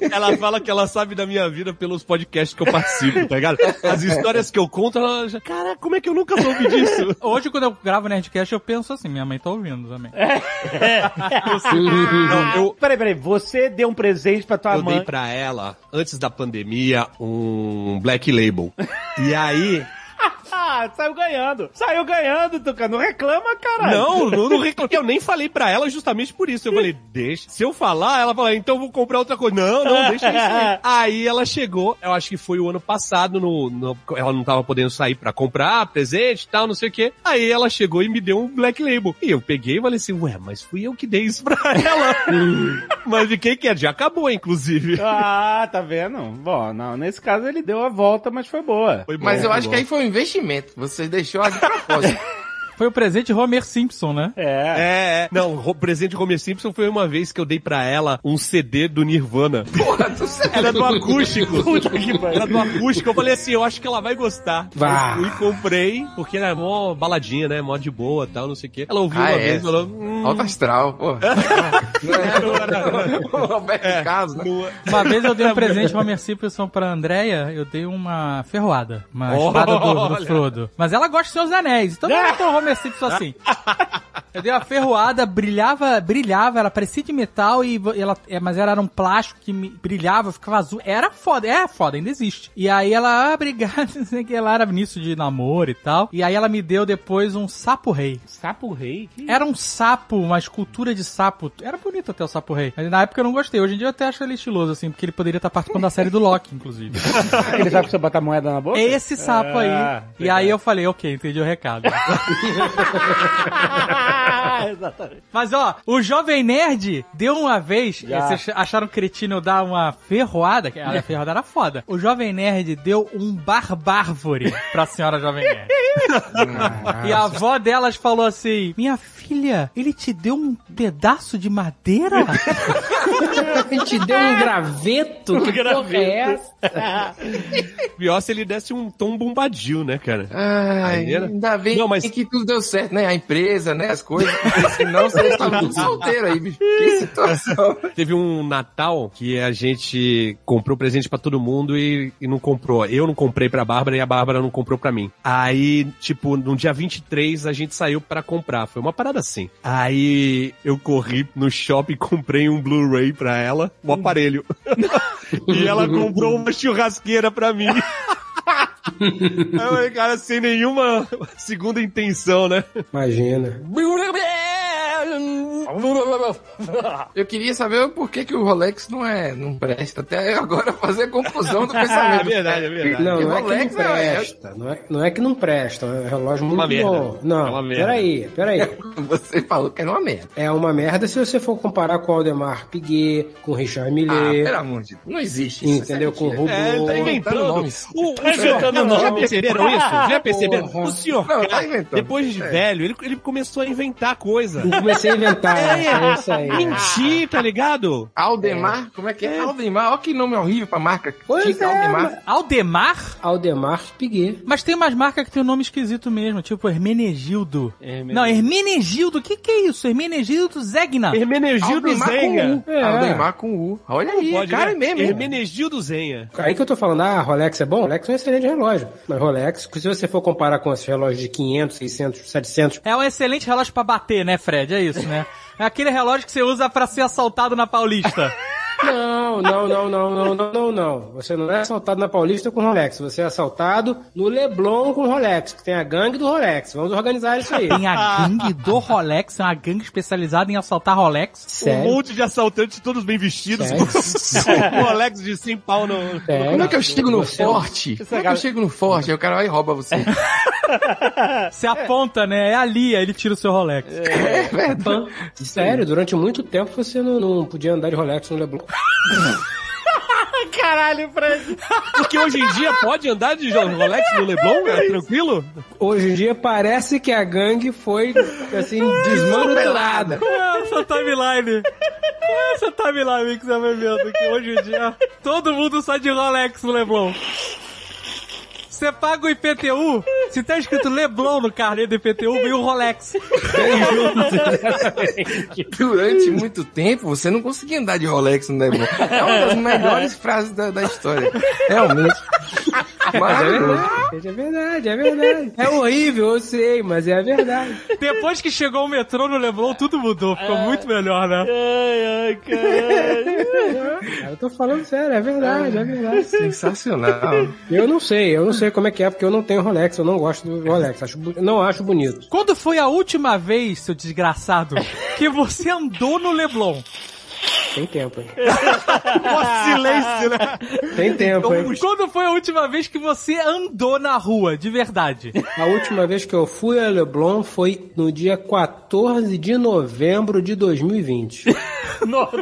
Ela fala que ela sabe da minha vida pelos podcasts que eu participo, tá ligado? As histórias que eu conto, ela já... Cara, como é que eu nunca soube disso?
Hoje, quando eu gravo Nerdcast, eu penso assim, minha mãe tá ouvindo também.
É.
Não, eu...
Peraí, peraí, você deu um presente pra tua
Eu
mãe.
dei pra ela, antes da pandemia, um Black Label. E aí,
Ah, saiu ganhando. Saiu ganhando, Tuca. Não reclama, caralho.
Não, não, não reclamei. Eu nem falei pra ela justamente por isso. Eu falei, deixa. Se eu falar, ela fala, então eu vou comprar outra coisa. Não, não, deixa isso aí. Aí ela chegou, eu acho que foi o ano passado, no, no- ela não tava podendo sair pra comprar presente e tal, não sei o quê. Aí ela chegou e me deu um Black Label. E eu peguei e falei assim, ué, mas fui eu que dei isso pra ela. mas de quem que é? Já acabou, inclusive.
Ah, tá vendo? Bom, não, nesse caso ele deu a volta, mas foi boa.
Foi bom,
Mas eu
foi
acho
bom.
que aí foi um investimento. Você deixou a de propósito.
Foi o presente Homer Simpson, né?
É.
É, é. Não, o presente de Homer Simpson foi uma vez que eu dei pra ela um CD do Nirvana.
Porra do céu.
Era do acústico. Era do acústico. Eu falei assim, eu acho que ela vai gostar.
Vá.
Eu fui, comprei, porque era mó baladinha, né? Mó de boa tal, não sei o quê. Ela ouviu
Ah,
uma
é.
vez e falou. Hum,
Alto astral, porra. Não é? O Roberto Carlos, né?
Uma vez eu dei um presente Homer Simpson pra Andrea, eu dei uma ferroada, uma
Olha!
espada do, do Frodo. Mas ela gosta de seus anéis, então não é tão Homer Simpson assim. Eu dei uma ferroada, brilhava, brilhava, ela parecia de metal e vo- ela, é, mas ela era um plástico que me- brilhava, ficava azul. Era foda, é foda, ainda existe. E aí ela, ah, obrigada, não sei o que, ela era nisso de namoro e tal. E aí ela me deu depois um sapo rei.
Sapo rei? Que-
Era um sapo, uma escultura de sapo. Era bonito até o sapo rei. Mas na época eu não gostei. Hoje em dia eu até acho ele estiloso, assim, porque ele poderia estar participando da série do Loki, inclusive.
Aquele sapo que você bota a moeda na boca?
É esse sapo aí.
Ah,
E aí eu falei, ok, entendi o recado.
Ah, exatamente.
Mas ó, o Jovem Nerd deu uma vez. Vocês acharam cretino dar uma ferroada? que A ferroada era foda. O Jovem Nerd deu um barbárvore pra senhora Jovem Nerd. E a avó delas falou assim: Minha filha, ele te deu um pedaço de madeira?
Ele te deu um graveto? que porra é essa?
Pior se ele desse um tom bombadil, né, cara?
Ai,
Maneiro.
ainda bem
Não, mas-
que tudo deu certo, né? A empresa, né? As coisas. Porque Senão você está tudo solteiro aí, bicho. Que situação.
Teve um Natal que a gente comprou presente pra todo mundo e, e não comprou. Eu não comprei pra Bárbara e a Bárbara não comprou pra mim. Aí, tipo, no dia 23 a gente saiu pra comprar. Foi uma parada assim. Aí eu corri no shopping, comprei um Blu-ray pra ela, o aparelho. e ela comprou uma churrasqueira pra mim. Aí eu falei, cara, sem nenhuma segunda intenção, né?
Imagina.
Eu queria saber por que, que o Rolex não é. não presta. Até agora fazer confusão do pensamento.
É verdade, é verdade.
Não, não é que
Rolex,
não
não, é-
presta. Não é, não é que não presta. É um relógio muito
uma merda.
bom.
É uma
Não,
merda.
peraí, peraí.
Você falou que era uma merda.
É uma merda se você for comparar com o Aldemar Piguet, com o Richard
Ah,
Millet.
pelo amor de Deus. Não existe isso.
Entendeu?
isso
Com o
mentira.
robô.
É, tá
Tá no
inventando.
nome.
O, o senhor-
inventando
Já
nome.
perceberam isso? Já perceberam?
Porra.
O senhor,
Não, tá
cara,
inventando.
depois de
É.
velho, ele, ele começou a inventar coisa.
Eu comecei a inventar.
É,
É isso aí.
mentir, tá ligado?
Aldemar, como é que é? Aldemar, olha que nome horrível pra marca.
Pois
Tinta
é,
Aldemar.
mas-
Aldemar?
Aldemar Piguet.
Mas tem umas marcas que tem um nome esquisito mesmo, tipo Hermenegildo. Não, Hermenegildo, o que, que é isso? Hermenegildo Zegna.
Hermenegildo
Aldemar com
Zenha.
U.
É.
Aldemar com U. Olha aí,
Pode,
cara é
né?
mesmo. hein?
Hermenegildo Zenha.
Aí que eu tô falando, ah, Rolex é bom? Rolex é um excelente relógio. Mas Rolex, se você for comparar com esses relógios de 500, 600, 700,
É um excelente relógio pra bater, né, Fred? É isso, né? É aquele relógio que você usa pra ser assaltado na Paulista.
Não, não, não, não, não, não, não, não. Você não é assaltado na Paulista com Rolex. Você é assaltado no Leblon com Rolex, que tem a gangue do Rolex. Vamos organizar isso aí.
Tem a gangue do Rolex, é uma gangue especializada em assaltar Rolex.
Sério?
Um monte de assaltantes, todos bem vestidos,
Sério?
com Rolex de 100 pau no...
Sério?
Como é que eu chego no
Você-
forte? Como é que eu chego no forte? Aí o cara vai e rouba você.
Você aponta, né? É ali, aí ele tira o seu Rolex.
É, Sério, durante muito tempo você não, não podia andar de Rolex no Leblon.
Caralho, Fred.
Porque hoje em dia pode andar de Rolex no Leblon, é tranquilo?
Hoje em dia parece que a gangue foi, assim, desmantelada.
Ah, Essa timeline. Ah, Essa timeline que você vai vendo que hoje em dia todo mundo sai de Rolex no Leblon. Você paga o IPTU, se tá escrito Leblon no carnê do IPTU, vem o Rolex.
Durante muito tempo, você não conseguia andar de Rolex no Leblon. É uma das melhores frases da, da história. Realmente. Maravilhoso.
Gente, É verdade, é verdade. É horrível, eu sei, mas é a verdade.
Depois que chegou o metrô no Leblon, tudo mudou. Ficou
É.
muito melhor, né?
Ai, ai, caralho.
Eu tô falando sério, é verdade, é verdade.
Sensacional.
Eu não sei, eu não sei como é que é, porque eu não tenho Rolex, eu não gosto do Rolex, acho, bu- não acho bonito.
Quando foi a última vez, seu desgraçado, que você andou no Leblon?
Tem tempo, hein?
silêncio, né?
Tem tempo, hein?
Quando foi a última vez que você andou na rua, de verdade?
A última vez que eu fui a Leblon foi no dia 14 de novembro de 2020.
Nossa,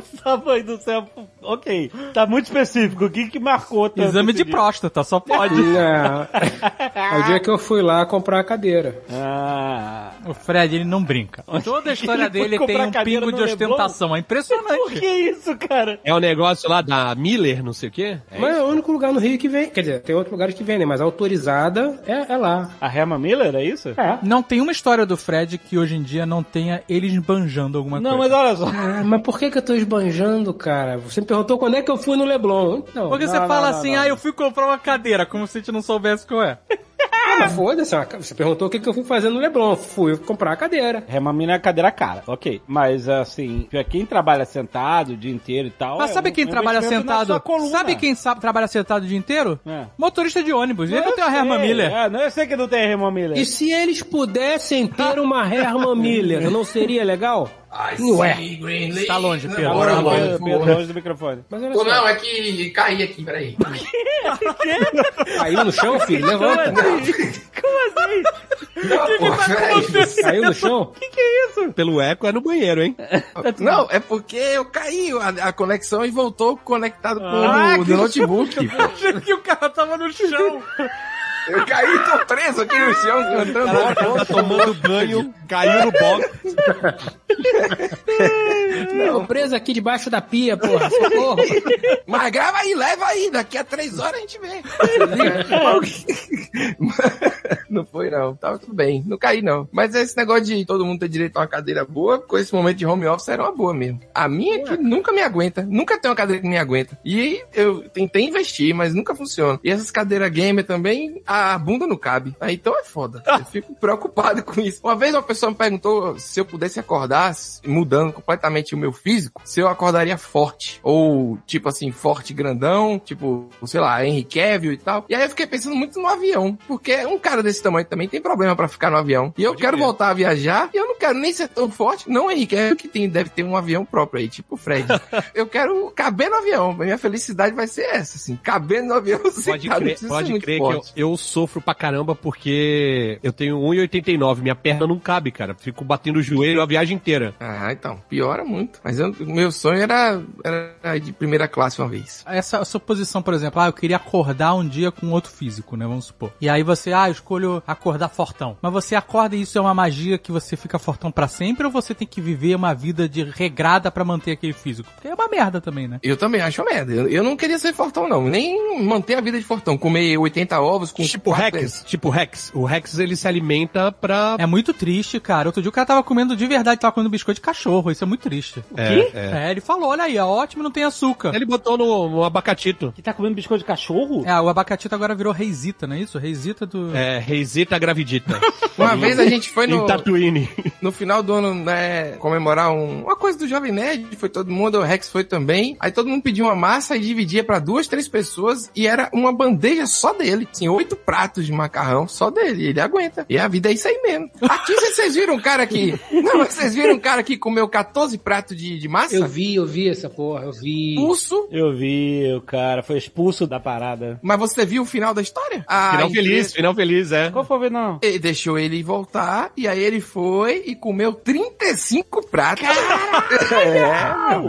mãe do céu. Ok. Tá muito específico. O que que marcou tanto
Exame
esse
de
dia?
próstata, só pode.
Na... É o dia que eu fui lá comprar a cadeira.
Ah.
O Fred, ele não brinca. Toda a história
Ele foi
dele tem
comprar
um
cadeira
pingo
no
de
Leblon?
ostentação. É
Por
impressionante.
que isso, cara?
É o negócio lá da Miller, não sei o quê?
mas é o único lugar no Rio que vem. Quer dizer, tem outros lugares que vendem, mas autorizada é, é lá.
A Hema Miller, é isso?
Não tem uma história do Fred que hoje em dia não tenha ele esbanjando alguma
Não, mas
coisa.
olha só.
Ah, mas por que que eu tô esbanjando, cara? Você me perguntou quando é que eu fui no Leblon. Então,
Porque
não,
você
não,
fala
não,
assim,
não.
ah, eu fui comprar uma cadeira, como se a gente não soubesse qual é.
Ah, mas foda-se, ó, você perguntou o que, que eu fui fazer no Leblon. Fui comprar a cadeira.
Hema Miller é cadeira cara, ok. Mas assim, pra quem trabalha sentado o dia inteiro e tal.
Mas
é
sabe
um-
quem
um
trabalha
investimento na sua
sentado?
coluna.
Sabe quem sabe, trabalha sentado o dia inteiro?
É.
Motorista de ônibus. Ele não
Eu
tem uma Herman
sei,
Miller.
É, não, eu sei que não tem Herman Miller.
E se eles pudessem ter uma Herman Miller, não seria legal? Ué.
Tá
É,
longe, Pedro.
Agora
Tá
eu vou-
longe.
Pedro, Pedro, longe do microfone.
Mas olha
Tô,
só,
não, é que caí aqui, peraí.
caiu no chão, filho? Levanta.
Pô, peraí.
Caiu no chão?
Pelo eco é no banheiro, hein?
Não, é porque eu caí a, a conexão e voltou conectado com o do notebook. pô.
Achei Ah, que o cara tava no chão.
Eu caí e tô preso aqui no chão cantando.
Tá tomando banho, caiu no box.
Tô preso aqui debaixo da pia, porra. Socorro.
Mas grava aí, leva aí, daqui a três horas a gente vê. não foi não, tava tudo bem, não caí não. Mas esse negócio de todo mundo ter direito a uma cadeira boa, com esse momento de home office era uma boa mesmo. A minha é que nunca me aguenta, nunca tem uma cadeira que me aguenta. E eu tentei investir, mas nunca funciona. E essas cadeiras gamer também, a bunda não cabe. Ah, então é foda, eu fico preocupado com isso. Uma vez uma pessoa me perguntou se eu pudesse acordar, mudando completamente o meu físico, se eu acordaria forte. Ou, tipo assim, forte grandão, tipo, sei lá, Henry Cavill e tal. E aí eu fiquei pensando muito no avião, porque um cara desse tamanho também tem problema pra ficar no avião. E eu quero voltar a viajar, e eu não quero nem ser tão forte, não Henry Cavill, que tem, deve ter um avião próprio aí, tipo o Fred. eu quero caber no avião, minha felicidade vai ser essa, assim, caber no avião
Pode
sentado, não
crer,
precisa ser
pode
é muito
crer que eu,
forte.
eu sofro pra um caramba porque eu tenho 1,89, minha perna não cabe, cara. Fico batendo o joelho a viagem inteira. primeira.
Ah, então, piora muito. Mas eu- o meu sonho era, Ah, era ir de primeira classe uma vez.
Essa suposição, por exemplo, ah, eu queria acordar um dia com outro físico, né? Vamos supor. E aí você, ah, eu escolho acordar fortão. Mas você acorda e isso é uma magia que você fica fortão pra sempre ou você tem que viver uma vida de regrada pra manter aquele físico? Porque é uma merda também, né?
Eu também acho uma merda. Eu, eu não queria ser fortão, não. Nem manter a vida de fortão. Comer 80 ovos com...
Tipo
quatro-
Rex, tipo Rex. O Rex ele se alimenta pra.
É muito triste, cara. Outro dia o cara tava comendo de verdade, tava comendo biscoito de cachorro. Isso é muito triste. O
quê?
É, ele falou, olha aí, ó, ótimo, não tem açúcar.
Ele botou no, no abacatito.
Que tá comendo biscoito de cachorro?
É, o abacatito agora virou reisita, não é isso? Reisita do...
É, Reisita gravidita.
Uma vez a gente foi no...
Em Tatooine.
No final do ano, né, comemorar um- uma coisa do Jovem Nerd, foi todo mundo, o Rex foi também. Aí todo mundo pediu uma massa e dividia pra duas, três pessoas e era uma bandeja só dele. Tinha oito pratos de macarrão só dele. e Ele aguenta. E a vida é isso aí mesmo. Aqui vocês- vocês viram um cara que. Não, mas vocês viram um cara que comeu 14 pratos de, de massa?
Eu vi, eu vi essa porra, eu vi.
Pulso.
Eu vi, o cara foi expulso da parada.
Mas você viu o final da história? Ah,
final feliz, final feliz, é.
Qual foi o final?
Ele deixou ele voltar, Ah, e aí ele foi e comeu 35 pratos.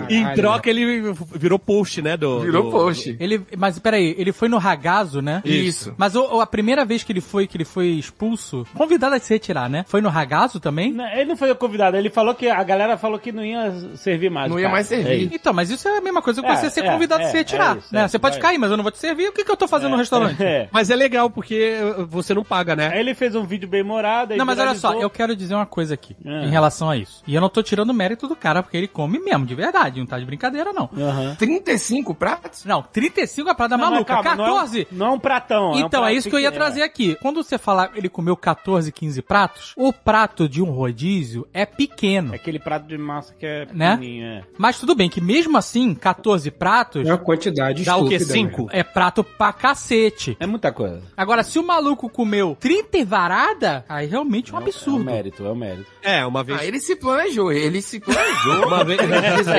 Em troca ele virou post, né? Do,
Virou
do-
post.
Ele, mas peraí, ele foi no ragazo, né?
Isso.
Mas o- o- a primeira vez que ele foi, que ele foi expulso, convidado a se retirar, né? Foi no ragazo também?
Não, Ele não foi convidado, ele falou que a galera falou que não ia servir mais.
Não
o
ia
cara.
mais servir.
É isso.
Então, mas isso é a mesma coisa que
É,
você ser
é,
convidado a se
é,
retirar,
é isso,
né?
é,
você pode
vai.
cair, mas eu não vou te servir. O que, que eu tô fazendo no restaurante?
É.
Mas é legal porque você não paga, né?
Aí ele fez um vídeo bem morado. aí
Não, mas olha só,
viralizou.
eu quero dizer uma coisa aqui
Ah.
em relação a isso. E eu não tô tirando o mérito do cara, porque ele come mesmo, de verdade, não tá de brincadeira, não.
Aham.
35 pratos?
Não, 35 é a parada
Não, mas
maluca,
calma, não é um-
14
Não é, um pratão. um
Então, é
prato
isso que eu ia
pequeno,
trazer aqui. Quando você falar ele comeu 14, 15 pratos, o prato de um rodízio é
é.
pequeno.
Aquele prato de massa que é
Né?
pequenininho, é.
Mas tudo bem que mesmo assim, 14 pratos
É uma quantidade
Dá o quê?
né?
estúpida,
Cinco?
é prato pra cacete.
É muita coisa.
Agora, se o maluco comeu 30 e varada, aí realmente é um
É o
absurdo.
mérito, é o mérito.
É, uma vez.
Aí ele se planejou, ele se planejou.
Uma vez.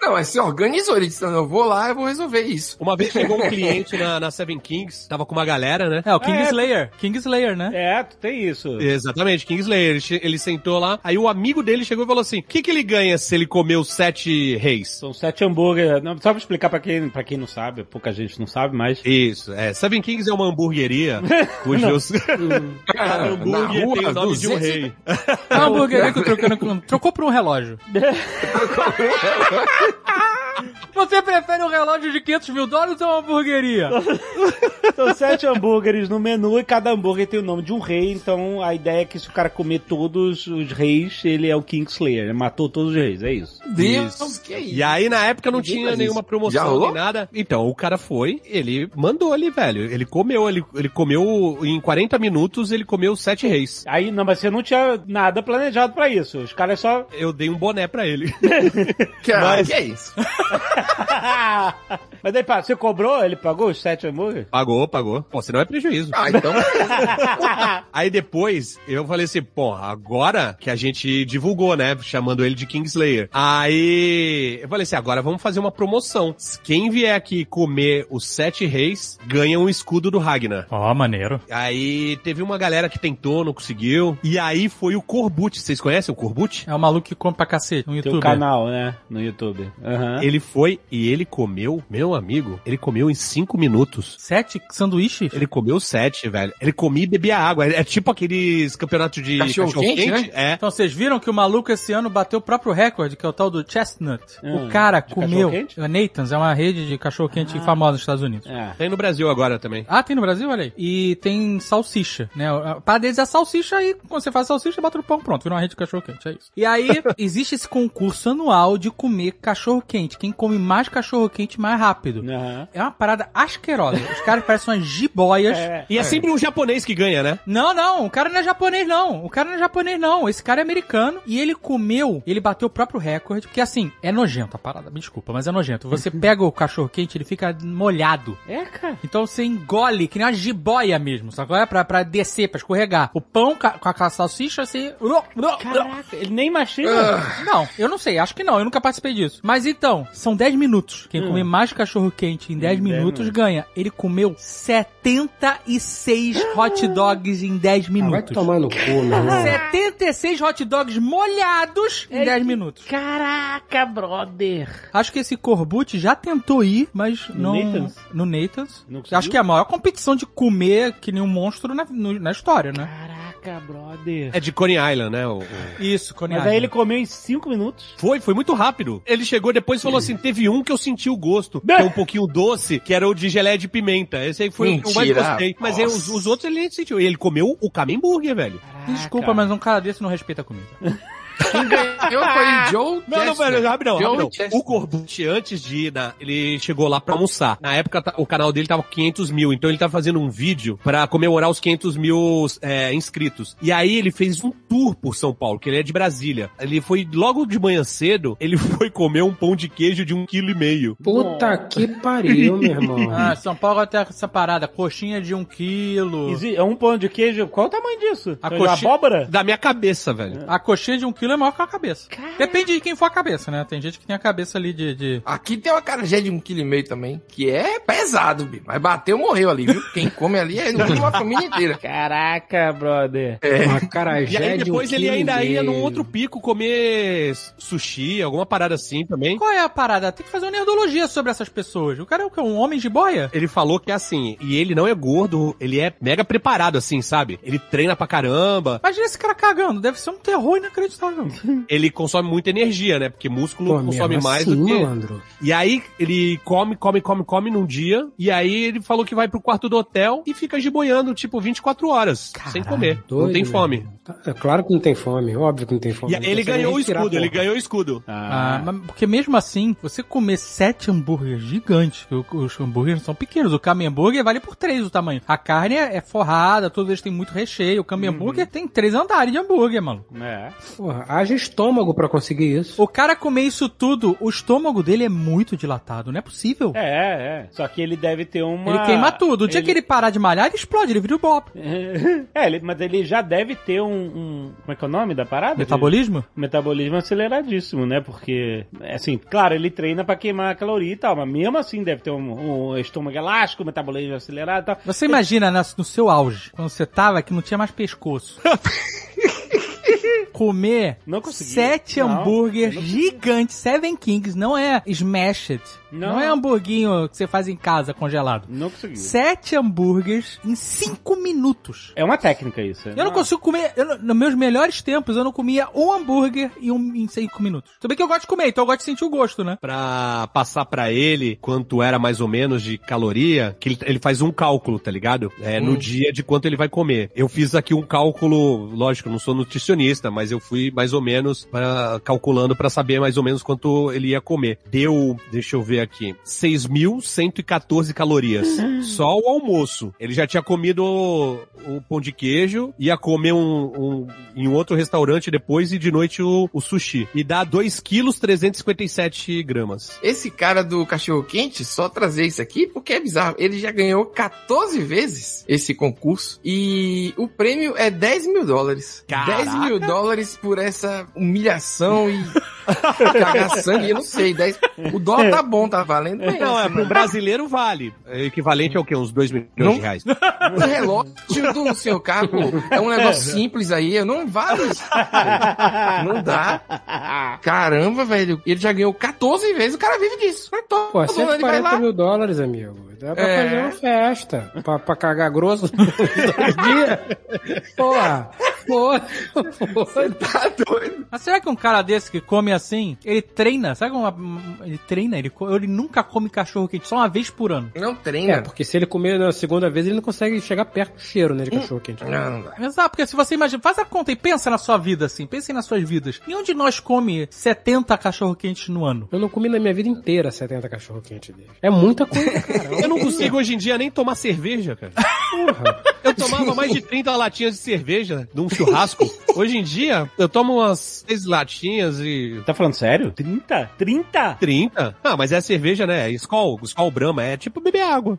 não, mas se organizou, ele disse, não, eu vou lá, eu vou resolver isso.
Uma vez chegou um cliente na, na Seven Kings, tava com uma galera, né?
É, o King
É.
Slayer. King Slayer, né?
É, tu tem isso.
Exatamente, Kingslayer. Ele, che- ele sentou lá, aí o amigo dele chegou e falou assim: o que, que ele ganha se ele comeu sete reis?
São sete hambúrgueres. Não, só pra explicar pra quem, pra quem não sabe, pouca gente não sabe, mas.
Isso, é. Seven Kings é uma hamburgueria cujos. Cada hambúrguer tem o nome de um rei.
É uma hamburgueria que eu trocando com- trocou por um relógio. Você prefere um relógio de 500 mil dólares ou uma hamburgueria?
São sete hambúrgueres no menu e cada hambúrguer tem o nome de um rei, então a ideia é que se o cara comer todos os reis, ele é o Kingslayer, ele matou todos os reis, é isso.
Deus,
Isso.
que isso.
E aí, na época, não
Ninguém
tinha
faz
nenhuma
isso. Já
promoção
rolou?
nem nada. Então, o cara foi, ele mandou ali, velho. Ele comeu, ele, ele comeu em 40 minutos, ele comeu sete reis.
Aí, não, mas você não tinha nada planejado pra isso. Os caras só.
Eu dei um boné pra ele.
que, ah, que é isso?
mas daí, pá, você cobrou? Ele pagou os sete hambúrgueres?
Pagou, pagou. Pô, senão é prejuízo.
Ah, então,
Aí depois eu falei assim, pô, agora que a gente divulgou, né? Chamando ele de Kingslayer. Aí eu falei assim, agora vamos fazer uma promoção. Quem vier aqui comer os sete reis, ganha um escudo do Ragnar.
Ó, maneiro.
Aí teve uma galera que tentou, não conseguiu. E aí foi o Corbucci. Vocês conhecem o Corbucci?
É o maluco que come pra cacete, um
Tem um
youtuber.
canal, né? No YouTube. Aham.
Ele foi e ele comeu, meu amigo, ele comeu em cinco minutos.
Sete sanduíches?
é.
Ele comeu sete, velho. Ele comia e bebia água. É tipo aqueles campeonatos de
Cachorro-quente,
É.
Então vocês viram que o maluco esse ano bateu o próprio recorde, que é o tal do Chestnut.
Hum,
o cara
de Ah.
comeu.
cachorro-quente?
Nathan's é uma rede de cachorro-quente famosa nos Estados Unidos.
É.
Tem no Brasil agora também.
Ah, tem no Brasil, olha aí. E tem salsicha, né? A parada deles é salsicha aí quando você faz salsicha, bate no pão, pronto. Vira uma rede de cachorro-quente, é isso. E aí, existe esse concurso anual de comer cachorro-quente. Quem come mais cachorro-quente mais rápido.
Aham.
É uma parada asquerosa. Os caras parecem umas jiboias.
E é, sempre um japonês que ganha, né?
Não, não, o cara não é japonês, não. O cara não é japonês, não. Esse cara é americano e ele comeu, ele bateu o próprio recorde, porque assim, é nojento a parada, me desculpa, mas é nojento. Você pega o cachorro quente, ele fica molhado.
É, cara.
Então você engole, que nem uma jiboia mesmo, sacou? É pra, pra descer, pra escorregar. O pão ca- com aquela salsicha, você...
Caraca, ele nem imagina.
Não, eu não sei, acho que não, eu nunca participei disso. Mas então, são 10 10 minutos. Quem comer mais cachorro quente em 10
Hum. dez
minutos
minutos.
ganha. Ele comeu 76 hot dogs em 10 minutos.
Ah,
tá
Vai tomar no cu, meu irmão.
76 hot dogs molhados em
É
10
que-
minutos.
Caraca, brother.
Acho que esse Corbucci já tentou ir, mas
No
não.
Nathan's?
No Nathan's.
Não conseguiu?
Acho que é a maior competição de comer que nem um monstro na, no- na história, né?
Caraca, brother.
É de Coney Island, né? o- o-
Isso, Coney
Mas aí ele
Island.
comeu em 5 minutos.
Foi, foi muito rápido. Ele chegou depois e falou assim: teve um que eu senti o gosto, que é um pouquinho doce, que era o de geleia de pimenta. Esse aí foi o que eu mais
Mentira.
gostei. Mas aí os, os outros ele nem sentiu. Ele comeu o camembert, velho.
Desculpa,
Caraca.
mas um cara desse não respeita a comida.
Quem
é
ganhou foi o Joe
Não, não,
Chestnut.
velho, rapidão,
Joe
rapidão.
Chestnut.
O Corbucci, antes de ir, na, ele chegou lá pra almoçar. Na época, tá- o canal dele tava com 500 mil, então ele tava fazendo um vídeo pra comemorar os 500 mil é, inscritos. E aí ele fez um tour por São Paulo, que ele é de Brasília. Ele foi, logo de manhã cedo, ele foi comer um pão de queijo de um quilo e meio.
Puta que pariu, meu irmão.
Ah, São Paulo tem essa parada, coxinha de um quilo.
Exi- É um pão de queijo. Qual o tamanho disso?
A
É
coxinha-
abóbora?
Da minha cabeça, velho.
A coxinha de um quilo é maior que a cabeça. Depende de quem for a cabeça, né? Tem gente que tem a cabeça ali de. de...
Aqui tem uma carajé de um quilo e meio também, que é pesado, bicho. Mas bateu, morreu ali, viu? Quem come ali é no mínimo a família inteira.
Caraca, brother.
Uma
é. E
carajé
aí
de um
depois ele
quilo e
ainda ia num
meio.
outro pico comer sushi, alguma parada assim também.
Qual é a parada? Tem que fazer uma nerdologia sobre essas pessoas. O cara é o quê? Um homem de boia?
Ele falou que é assim, e ele não é gordo, ele é mega preparado, assim, sabe? Ele treina pra caramba,
Imagina esse cara cagando, deve ser um terror inacreditável.
ele consome muita energia, né? Porque músculo
Pô,
consome
mesmo
mais
assim,
do que.
malandro.
E aí ele come, come, come, come num dia, e aí ele falou que vai pro quarto do hotel e fica giboiando, tipo, 24 horas, sem comer. não
doido,
tem
né?
fome.
Tá- É claro que não tem fome, óbvio que não tem fome.
E
Não
ele
consegue nem
ganhou o
respirar,
escudo, ele
porra.
ganhou o escudo.
Ah, mas porque mesmo assim, você comer sete hambúrgueres gigantes, que o- os hambúrgueres são pequenos, o camembert vale por três o tamanho. A carne é é forrada, todos eles têm muito recheio, o camembert tem três andares de hambúrguer, mano.
É.
Porra, haja estômago pra conseguir isso.
O cara comer isso tudo, o estômago dele é muito dilatado, não é possível.
É, é. Só que ele deve ter uma.
Ele queima tudo. O dia que ele parar de malhar, ele explode, ele vira o Bob.
É, ele- mas ele já deve ter um, um- Como é que é o nome da parada?
Metabolismo?
De- Metabolismo aceleradíssimo, né? Porque, assim, claro, ele treina pra queimar caloria e tal, mas mesmo assim deve ter um, um estômago elástico, metabolismo acelerado e tal.
Você imagina na- no seu auge, quando você tava que não tinha mais pescoço. Comer
Não consegui.
sete
Não,
hambúrgueres
eu não consegui.
gigantes, Seven Kings, não é smashed. Não.
Não.
é hamburguinho que você faz em casa congelado.
Não conseguiu.
Sete hambúrgueres em cinco minutos.
É uma técnica isso. é
Eu não
uma-
consigo comer, eu não- nos meus melhores tempos, eu não comia um hambúrguer em, um, em cinco minutos. Tudo bem que eu gosto de comer, então eu gosto de sentir o gosto, né?
Pra passar pra ele quanto era mais ou menos de caloria, que ele, ele faz um cálculo, tá ligado? É, no dia de quanto ele vai comer. Eu fiz aqui um cálculo, lógico, não sou nutricionista, mas eu fui mais ou menos pra- calculando pra saber mais ou menos quanto ele ia comer. Deu, deixa eu ver aqui, 6.114 calorias. só o almoço. Ele já tinha comido o, o pão de queijo, ia comer um, um- em um outro restaurante depois e de noite o, o sushi. E dá 2 quilos 357 gramas.
Esse cara do cachorro quente, só trazer isso aqui porque é bizarro. Ele já ganhou 14 vezes esse concurso e o prêmio é 10 mil dólares.
Caraca!
10 mil dólares por essa humilhação e cagar sangue, eu não sei. 10... O dólar tá bom, tá valendo bem.
Não, é
assim,
pro
mano.
brasileiro vale. É equivalente ao quê? Uns 2 milhões
Não-
de reais.
O relógio do senhor Caco é um negócio simples aí, eu não vale. isso. Não dá. Caramba, velho. Ele já ganhou 14 vezes, o cara vive disso. 14,
Pô,
ele vai
140
lá.
mil dólares, amigo. Dá pra
É.
fazer uma festa. Pra, pra cagar grosso dois dias. Porra. Porra. Porra.
Tá doido.
Mas será que um cara desse que come assim, ele treina? Sabe como ele treina? Ele, co- ele nunca come cachorro quente, só uma vez por ano.
Não
É,
treina.
porque se ele comer na segunda vez, ele não consegue chegar perto do cheiro, né, de cachorro quente.
Não, não dá.
Exato, ah, porque se você imagina, faz a conta e pensa na sua vida assim, pensem nas suas vidas. E onde nós come 70 cachorro quentes no ano?
Eu não comi na minha vida inteira 70 cachorro quente dele. É muita coisa, cara.
Eu não consigo hoje em dia nem tomar cerveja, cara. Eu tomava mais de 30 latinhas de cerveja num churrasco. Hoje em dia, eu tomo umas 6 latinhas e.
Tá falando sério? 30? 30?
30? Ah, mas é cerveja, né? Skol, Skol Brahma, é tipo beber água.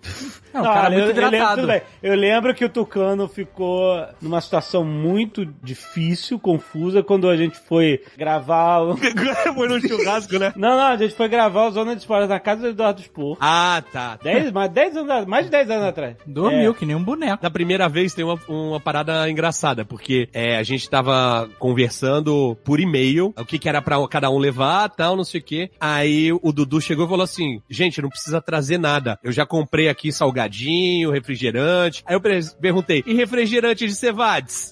É,
Não,
um
cara, é eu, eu lembro, Ah, tudo bem. eu lembro que o Tucano ficou numa situação muito difícil, confusa, quando a gente foi gravar. O...
Foi num churrasco, né?
Não, não, a gente foi gravar o Zona de Spoilers na casa do Eduardo Spor.
Ah, tá.
Dez, mais, dez anos, mais de 10 anos atrás.
Dormiu,
É.
que nem um boneco.
Na primeira vez tem uma, uma parada engraçada, porque é, a gente tava conversando por e-mail, o que, que era pra cada um levar, tal, não sei o quê. Aí o Dudu chegou e falou assim, gente, não precisa trazer nada. Eu já comprei aqui salgadinho, refrigerante. Aí eu pre- perguntei, e refrigerante de Cevades?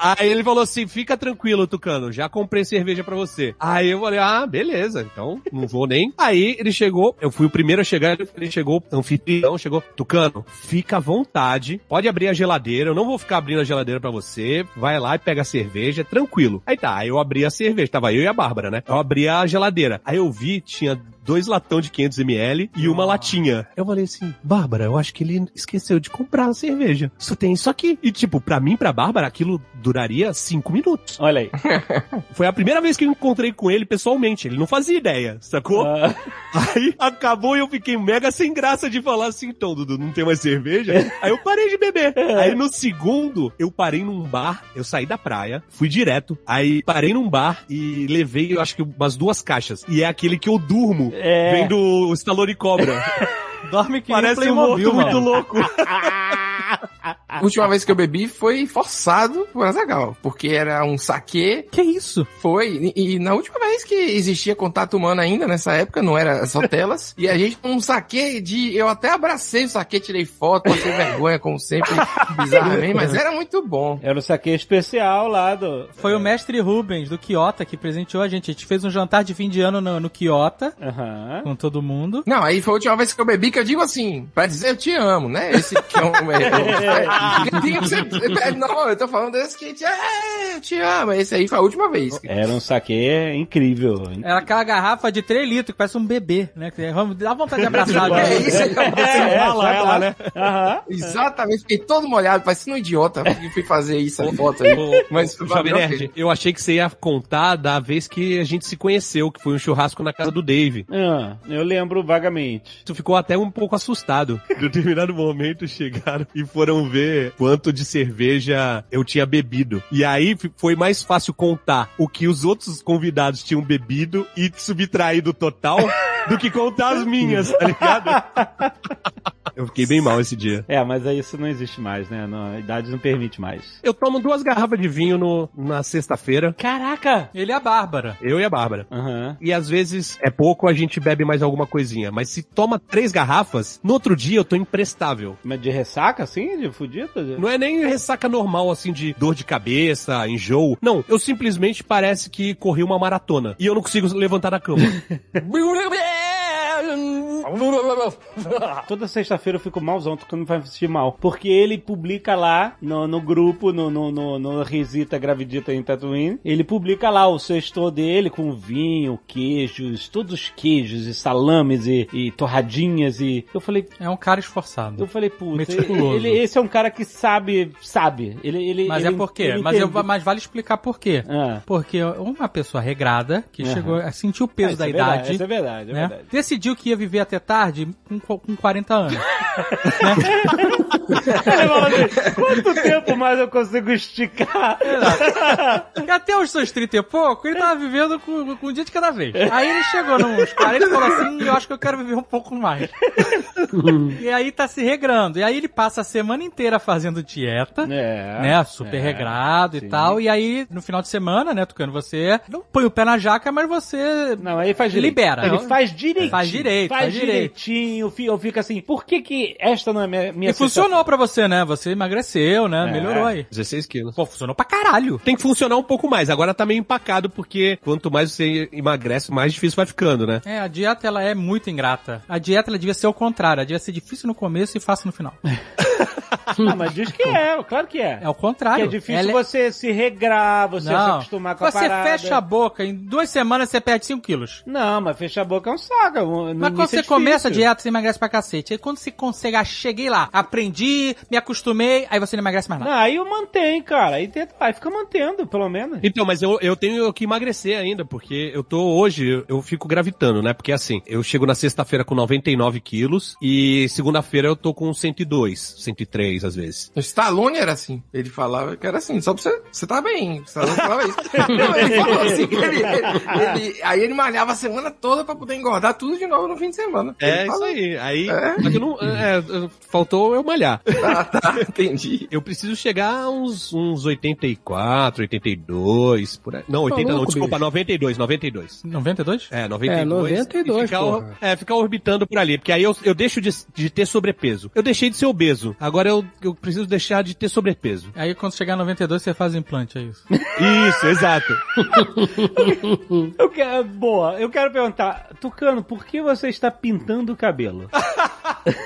Aí ele falou assim, fica tranquilo, Tucano, já comprei cerveja pra você. Aí eu falei, ah, beleza, então não vou nem. Aí ele chegou, eu fui o primeiro a chegar, ele- ele chegou, anfitrião, chegou, Tucano, fica à vontade, pode abrir a geladeira, eu não vou ficar abrindo a geladeira pra você, vai lá e pega a cerveja, tranquilo. Aí tá, aí eu abri a cerveja, tava eu e a Bárbara, né? Eu abri a geladeira, aí eu vi, tinha dois latão de 500ml e uma latinha. Ah. Eu falei assim, Bárbara, eu acho que ele esqueceu de comprar a cerveja. Só tem isso aqui. E tipo, pra mim, pra Bárbara, aquilo duraria cinco minutos.
Olha aí.
Foi a primeira vez que eu encontrei com ele pessoalmente. Ele não fazia ideia, sacou?
Ah.
Aí acabou e eu fiquei mega sem graça de falar assim, então, Dudu, não tem mais cerveja? Aí eu parei de beber.
É.
Aí no segundo, eu parei num bar, eu saí da praia, fui direto, aí parei num bar e levei, eu acho que umas duas caixas. E é aquele que eu durmo,
É.
vem do Stallone Cobra.
Dorme que
Parece
nem
um
Playmobil,
morto muito
mano.
louco.
A última vez que eu bebi foi forçado por Azagal, porque era um saquê,
Que isso?
foi, e, e na última vez que existia contato humano ainda, nessa época, não era só telas, e a gente, um saquê de, eu até abracei o saquê, tirei foto, passei vergonha, como sempre, bizarramente, mas era muito bom.
Era o saque especial lá do...
Foi o mestre Rubens do Quiota que presenteou a gente. A gente fez um jantar de fim de ano no, no Quiota
Aham.
com todo mundo.
Não, aí foi a última vez que eu bebi que eu digo assim, pra dizer eu te amo, né? Esse que é um. É, é, tem que ser- é, não, eu tô falando desse que te- é, eu te amo. Esse aí foi a última vez.
Era um saque incrível.
Era aquela garrafa de 3 litros que parece um bebê, né? Que Vamos, dá vontade de abraçar. né?
É isso aí.
É, só ela, né? Aham.
Exatamente, fiquei todo molhado, parecendo um idiota que fui fazer isso, a foto aí. Mas
Jovem
valeu a
Nerd, eu achei que você ia contar da vez que a gente se conheceu, que foi um churrasco na casa do Dave.
Ah, eu lembro vagamente.
Tu ficou até um pouco assustado. Em um determinado momento chegaram e foram ver quanto de cerveja eu tinha bebido. E aí f- foi mais fácil contar o que os outros convidados tinham bebido e subtrair do total do que contar as minhas, tá ligado? Eu fiquei bem mal esse dia.
É, mas aí isso não existe mais, né? Não, a idade não permite mais.
Eu tomo duas garrafas de vinho no- na sexta-feira,
Caraca, ele é a Bárbara.
eu e a Bárbara.
Aham.
E às vezes é pouco, a gente bebe mais alguma coisinha. Mas se toma três garrafas, no outro dia eu tô imprestável.
Mas de ressaca, assim? De fudido? De-
Não é nem ressaca normal, assim, de dor de cabeça, enjoo. Não, eu simplesmente parece que corri uma maratona. E eu não consigo levantar da cama.
Toda sexta-feira eu fico malzão, porque não vai assistir mal. Porque ele publica lá no, no grupo, no, no, no, no Risita Gravidita em Tatooine, ele publica lá o sextor dele com vinho, queijos, todos os queijos e salames e, e torradinhas e... Eu falei...
É um cara esforçado.
Eu falei, puta,
Meticuloso.
ele, esse é um cara que sabe, sabe. Ele, ele,
Mas
ele-
é por quê?
ele
Mas, eu-
entende.
mas vale explicar por quê.
Ah.
Porque uma pessoa regrada, que
Aham.
chegou a sentir o
Ah,
peso
isso
da
é verdade,
idade,
Isso é verdade, é
né?
verdade.
decidiu que ia viver até tarde com, qu- com 40 anos.
Ele falou assim, quanto tempo mais eu consigo esticar?
E até os seus 30 e pouco, ele tava vivendo com, com um dia de cada vez. Aí ele chegou nos 40 e falou assim, eu acho que eu quero viver um pouco mais. e aí tá se regrando. E aí ele passa a semana inteira fazendo dieta.
É.
né, super
é,
regrado
sim.
e tal, e aí no final de semana, né, Tucano, você não põe o pé na jaca, mas você
Não, aí faz direito.
Libera.
Ele
Não.
faz direitinho.
Faz direito, faz direito.
direitinho. fi- Eu fico assim, por que que esta não é minha, minha
E funcionou pra você, né? Você emagreceu, né?
É.
Melhorou aí.
16 quilos.
Pô, funcionou pra caralho.
Tem que funcionar um pouco mais. Agora tá meio empacado, porque quanto mais você emagrece, mais difícil vai ficando, né?
É, a dieta ela é muito ingrata. A dieta ela devia ser o contrário, ela devia ser difícil no começo e fácil no final.
Ah, mas diz que é, claro que é.
É o contrário.
Que é difícil
Ela
você se regrar, você se acostumar com a
você
parada.
fecha a boca, em duas semanas você perde 5 quilos.
Não, mas fechar a boca é um saga. um- no
Mas
início é
quando você
difícil.
começa a dieta, você emagrece pra cacete. Aí quando você consegue, ah, cheguei lá, aprendi, me acostumei, aí você não emagrece mais
Não,
nada.
aí eu mantenho, cara. Aí, tenta, aí fica mantendo, pelo menos.
Então, mas eu, eu tenho que emagrecer ainda, porque eu tô hoje, eu, eu fico gravitando, né? Porque assim, eu chego na sexta-feira com 99 quilos e segunda-feira eu tô com 102, 103 às vezes.
O Stallone era assim. Ele falava que era assim, só pra você. Você tá bem. O Stallone falava isso. Não, ele falava assim que ele, ele- ele- Aí ele malhava a semana toda pra poder engordar tudo de novo no fim de semana.
É
Ele
isso
fala-
aí. Aí,
É?
só que eu não, é, faltou eu malhar.
Ah, tá, entendi.
Eu preciso chegar a uns, uns 84, 82, por aí. Não, 80 não,
Tá louco,
desculpa,
bicho.
92, 92.
92?
É, 92.
É, 92,
e ficar,
porra.
É, ficar orbitando por ali. Porque aí eu, eu deixo de, de ter sobrepeso. Eu deixei de ser obeso. Agora eu, eu preciso deixar de ter sobrepeso.
Aí quando chegar a 92, você faz implante, é isso.
Isso, exato.
Eu quero, boa, eu quero perguntar, Tucano, por que você está pintando o cabelo?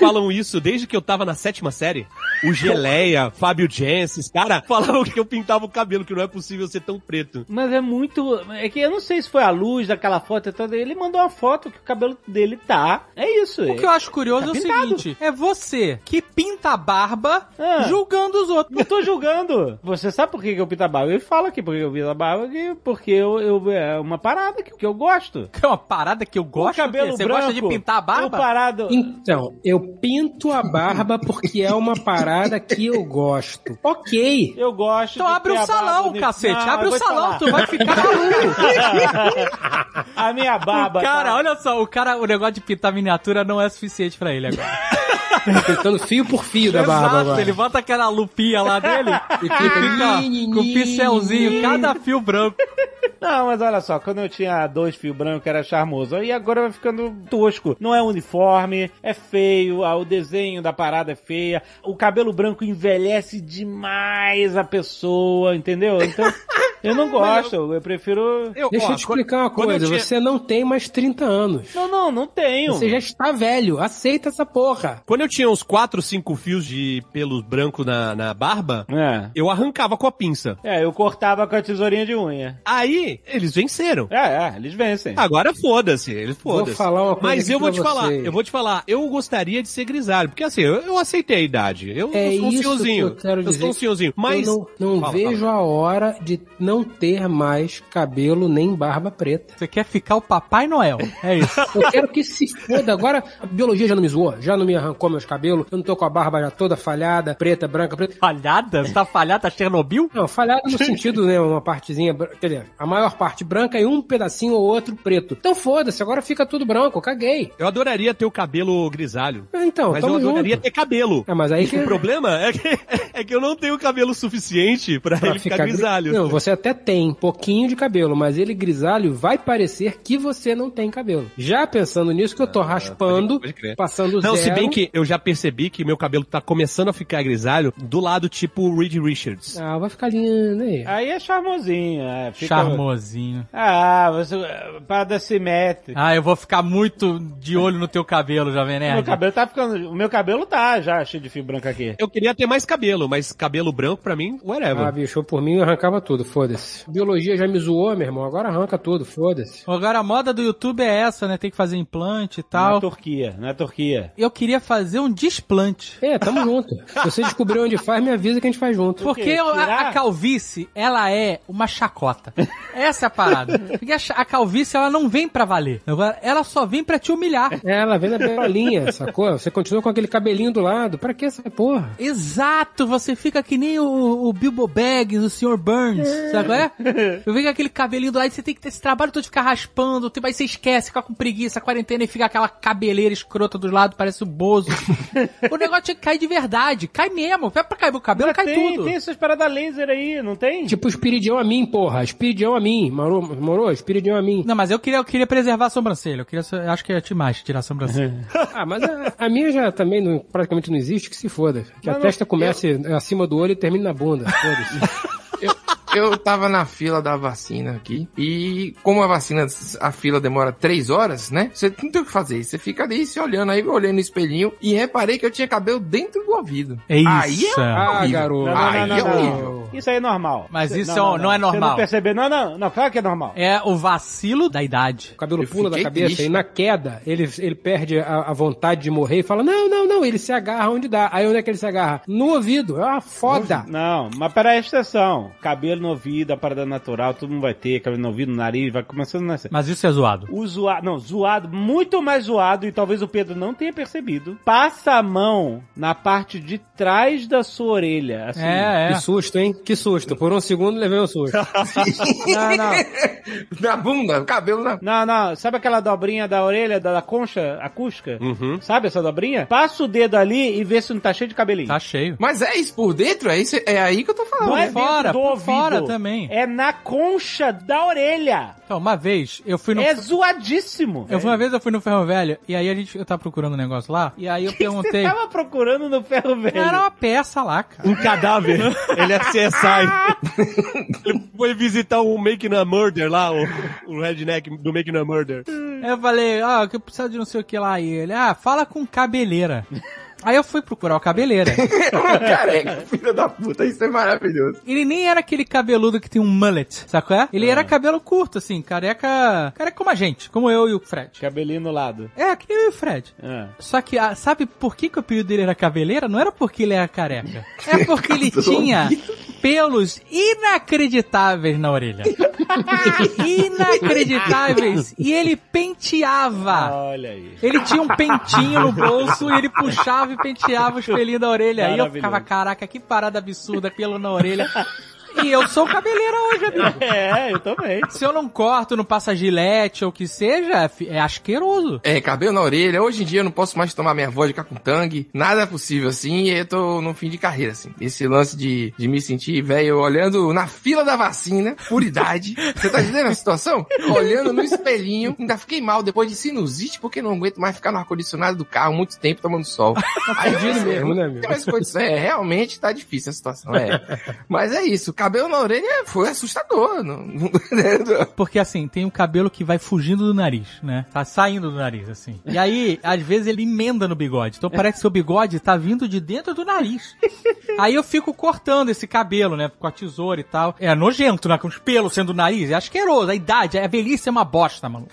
Falam isso desde que eu tava na sétima série. O Geleia, Fábio Jenses, cara, falavam que eu pintava o cabelo, que não é possível ser tão preto.
Mas é muito. É que eu não sei se foi a luz daquela foto e toda. Ele mandou uma foto que o cabelo dele tá. É isso.
O que eu acho curioso
Tá
é o
pintado.
seguinte, é você que pinta a barba
Ah.
julgando os outros.
Não tô julgando. Você sabe por que que eu pinto a barba? Ele fala aqui porque eu pinto a barba, que- porque eu, eu- é uma parada que, que eu gosto.
Que é uma parada que eu gosto.
o cabelo
o quê?
branco.
você gosta de pintar a barba?
O parado.
Então, eu pinto a barba porque é uma parada que eu gosto. Ok.
Eu gosto.
Então
de
abre
ter
o
a barba
salão,
bonita.
cacete.
Não,
abre
eu
o
vou te
salão,
falar.
tu vai ficar maluco.
A minha barba.
o cara,
tá-
olha só, o cara, o negócio de pintar miniatura não é suficiente pra ele agora.
Pintando fio por fio da barba agora.
ele bota aquela lupinha lá dele e fica com o pincelzinho, cada fio branco.
Não, mas olha só, quando eu tinha dois fios brancos era charmoso. E agora vai ficando tosco. Não é uniforme, é feio, ah, o desenho da parada é feia. O cabelo branco envelhece demais a pessoa, entendeu? Então, eu não gosto, eu prefiro.
Deixa eu te explicar uma
quando eu
coisa.
tinha-
Você não tem mais 30 anos.
Não, não, não tenho.
Você já está velho. Aceita essa porra.
Quando eu tinha uns 4, 5 fios de pelo branco na, na barba,
É.
eu arrancava com a pinça.
É, eu cortava com a tesourinha de unha.
Aí, eles venceram.
É, é, eles vencem.
Ah.
Agora foda-se, ele foda-se.
Vou falar uma coisa
Mas
aqui
eu vou
pra
te falar,
vocês.
eu vou te falar, eu gostaria de ser grisalho, porque assim, eu, eu aceitei a idade. Eu,
É
eu sou um
isso
senhorzinho.
que eu quero dizer.
sou um senhorzinho, mas
Eu não, não
Fala,
vejo a hora de não ter mais cabelo nem barba preta.
Você quer ficar o Papai Noel. É isso.
Eu quero que se foda. Agora a biologia já não me zoou, já não me arrancou meus cabelos, eu não tô com a barba já toda falhada, preta, branca, preta.
Falhada? Você tá falhada? Tá Chernobyl?
Não, falhada no sentido, né? Uma partezinha, bran- quer dizer, a maior parte branca e um pedacinho ou outro preto. Então foda-se, agora fica tudo branco, caguei.
eu adoraria ter o cabelo grisalho.
Então,
mas eu
tamo junto.
adoraria ter cabelo.
É, mas aí que...
O problema é que, é que eu não tenho cabelo suficiente pra,
pra
ele ficar, grisalho.
Não, você até tem um pouquinho de cabelo, mas ele grisalho vai parecer que você não tem cabelo. Já pensando nisso, que eu tô raspando,
Ah, pode crer.
passando
Não,
zero.
se bem que eu já percebi que meu cabelo tá começando a ficar grisalho do lado tipo Reed Richards.
Ah, vai ficar lindo aí.
Ah,
Aí é charmosinho. É, fica...
Charmosinho.
Ah, você. Parada simétrica.
Ah, eu vou ficar muito de olho no teu cabelo, Jovem
Ah, é,
meu
Nerd.
cabelo tá ficando. O meu cabelo tá já cheio de fio branco aqui.
Eu queria ter mais cabelo, mas cabelo branco pra mim, whatever.
Ah, bicho, eu por mim eu arrancava tudo, foda-se. Biologia já me zoou, meu irmão, agora arranca tudo, foda-se.
Agora a moda do YouTube é essa, né? Tem que fazer implante e
Na
tal.
Turquia, na Turquia.
Eu queria fazer um desplante.
É, tamo junto. Se você descobrir onde faz, me avisa que a gente faz junto.
Porque
quê?
a- a,
Tirar?
calvície, ela é uma chacota. Essa é a parada. Porque a, cha- a calvície, ela não vem pra valer. Agora, Ela só vem pra te humilhar.
É, Ela vem na berolinha, sacou? Você continua com aquele cabelinho do lado. Pra que essa porra?
Exato, você fica que nem o, o Bilbo Baggins, o Sr. Burns, sabe qual é? Eu vejo aquele cabelinho do lado, você tem que ter esse trabalho todo de ficar raspando, tem- aí você esquece, fica com preguiça, quarentena e fica aquela cabeleira escrota dos lados, parece o Bozo. o negócio tinha que cair de verdade, cai mesmo, vai pra cair o cabelo, cai
tem,
tudo.
tem essas paradas laser aí, não tem?
Tipo, espiridião a mim, porra. Espiridião a mim. Moro, moro? Espiridião a mim.
Não, mas eu queria, eu queria preservar a sobrancelha, eu queria, so- eu acho que ia te mais tirar a sobrancelha.
Ah, mas a, a minha já também não- praticamente não existe, que se foda. Que a
Mas não-
testa comece acima do olho e termine na bunda. Foda-se.
Eu, eu tava na fila da vacina aqui. E como a vacina, a fila demora três horas, né? Você não tem o que fazer. Você fica ali se olhando aí, olhando no espelhinho. E reparei que eu tinha cabelo dentro do ouvido.
É isso.
Aí é
Ah,
horrível.
garoto.
Aí é horrível.
Isso aí é normal.
Mas
Cê-
isso é- não é
Você
normal.
não percebeu. Não, não, não. Claro que é normal.
É o vacilo da idade.
O cabelo
Eu
pula da
fiquei
cabeça
triste.
e na queda ele, ele perde a, a vontade de morrer e fala: Não, não, não. Ele se agarra onde dá. Aí onde é que ele se agarra? No ouvido. É uma foda.
Não, mas presta atenção. Cabelo no ouvido, a parada natural, todo mundo vai ter. Cabelo no ouvido, no nariz, vai começando a nascer.
Mas isso é zoado.
O zoado, não, zoado, muito mais zoado, e talvez o Pedro não tenha percebido. Passa a mão na parte de trás da sua orelha. Assim.
É, é.
Que susto, hein? Que susto. Por um segundo levei um susto.
Não, não.
Na bunda, cabelo na.
Não, não. Sabe aquela dobrinha da orelha, da, da concha acústica?
Uhum.
Sabe essa dobrinha? Passa o dedo ali e vê se não tá cheio de cabelinho.
Tá cheio.
Mas é isso por dentro? É, isso, é aí que eu tô falando.
Não é dentro
fora,
do
por
ouvido.
fora também.
É na concha da orelha.
Então, uma vez, eu fui no...
É zoadíssimo.
Eu fui uma vez, eu fui no Ferro Velho, e aí a gente, eu tava procurando um negócio lá, e aí eu perguntei...
Você tava procurando no ferro velho.
um
Era uma peça lá, cara.
Um cadáver. Ele é CSI. Ele foi visitar o Making a Murder lá, o, o redneck do Making a Murder.
Hum.
Eu falei, ó, que eu precisava de não sei o que lá. E ele, ah, fala com cabeleira. Aí eu fui procurar o cabeleira.
Careca, filho da puta, isso é maravilhoso.
Ele nem era aquele cabeludo que tem um mullet, sabe qual é? Ele
Ah.
era cabelo curto, assim, careca... Careca como a gente, como eu e o Fred.
Cabelinho no lado.
É, que nem eu e o Fred.
Ah.
Só que, ah, sabe por que, que o apelido dele era cabeleira? Não era porque ele era careca. É porque ele tinha pelos inacreditáveis na orelha. inacreditáveis. E ele penteava.
Olha aí.
Ele tinha um pentinho no bolso e ele puxava e penteava os pelinhos da orelha. Aí eu ficava, caraca, que parada absurda, pelo na orelha. E eu sou cabeleira hoje, amigo.
É, eu também.
Se eu não corto, não passa gilete ou o que seja, é fi- é asqueroso.
É, cabelo na orelha. Hoje em dia eu não posso mais tomar minha vodka com tangue. Nada é possível assim. E eu tô no fim de carreira, assim. Esse lance de, de me sentir velho olhando na fila da vacina, por idade. Você tá entendendo a situação? Olhando no espelhinho. Ainda fiquei mal depois de sinusite, porque não aguento mais ficar no ar-condicionado do carro muito tempo tomando sol. Aí eu
Fudido
pensei,
mesmo, né,
Não
meu?
Tem mais condição. É, realmente tá difícil a situação. É. Mas é isso. Cabelo na orelha foi assustador. Não, não-
Porque assim, tem um cabelo que vai fugindo do nariz, né? Tá saindo do nariz, assim. E aí, às vezes ele emenda no bigode. Então parece que seu bigode tá vindo de dentro do nariz. Aí eu fico cortando esse cabelo, né? Com a tesoura e tal. É nojento, né? Com os pelos sendo do nariz. É asqueroso. A idade, a velhice é uma bosta, mano.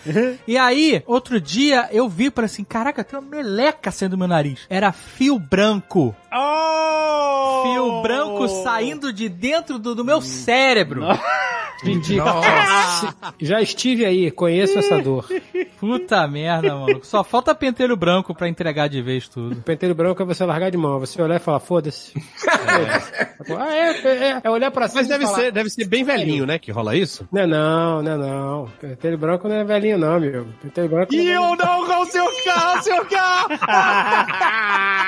E aí, outro dia, eu vi para assim, caraca, tem uma meleca saindo do meu nariz. Era fio branco.
Oh!
Fio branco saindo de dentro do, do meu cérebro.
Ridículo.
Nossa.
Já estive aí, conheço essa dor.
Puta merda, maluco. Só falta pentelho branco pra entregar de vez tudo.
Penteiro branco é você largar de mão, é você olhar e falar, foda-se. Foda-se. Ah, é, é, é olhar pra cima.
Mas
e
deve
falar,
ser, deve ser bem velhinho, né? Que rola isso.
Não é não, não é não. Penteiro branco não é velhinho, não, meu. Penteiro branco. não é velhinho.
não vou seu carro, seu carro!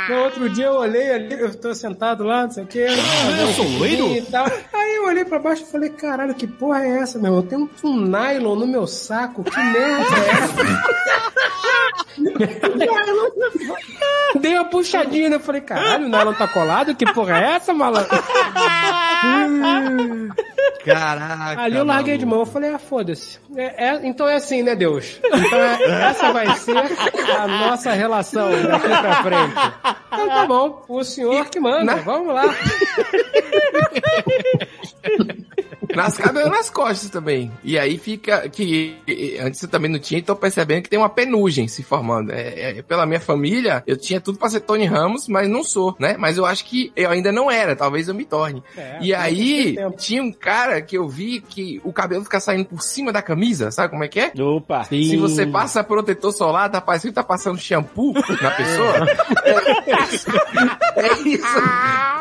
Não, outro dia eu olhei ali, eu tô sentado lá, não sei o que. Eu
sou loiro?
Aí eu olhei pra baixo e falei, caralho, que porra é essa, meu irmão? Tem um, um nylon no meu saco, que merda é essa? Dei uma puxadinha, né? Eu falei, caralho, o nylon tá colado? Que porra é essa, malandro?
Caraca.
Ali eu
Tá
larguei de mão, eu falei, ah, foda-se. É- é- então é assim, né, Deus? Então é- essa vai ser a nossa relação daqui pra frente. Então tá bom, o senhor que manda, vamos lá.
Nas cabelos nas costas também. E aí fica que e- e- antes eu também não tinha, então percebendo que tem uma penugem se formando. É, é- pela minha família, eu tinha tudo pra ser Tony Ramos, mas não sou, né? Mas eu acho que eu ainda não era, talvez eu me torne.
É,
e aí tinha um cara que eu vi que o cabelo fica saindo por cima da camisa, sabe como é que é?
Opa.
Se você passa protetor solar, tá parecendo que tá passando shampoo na pessoa. É, isso.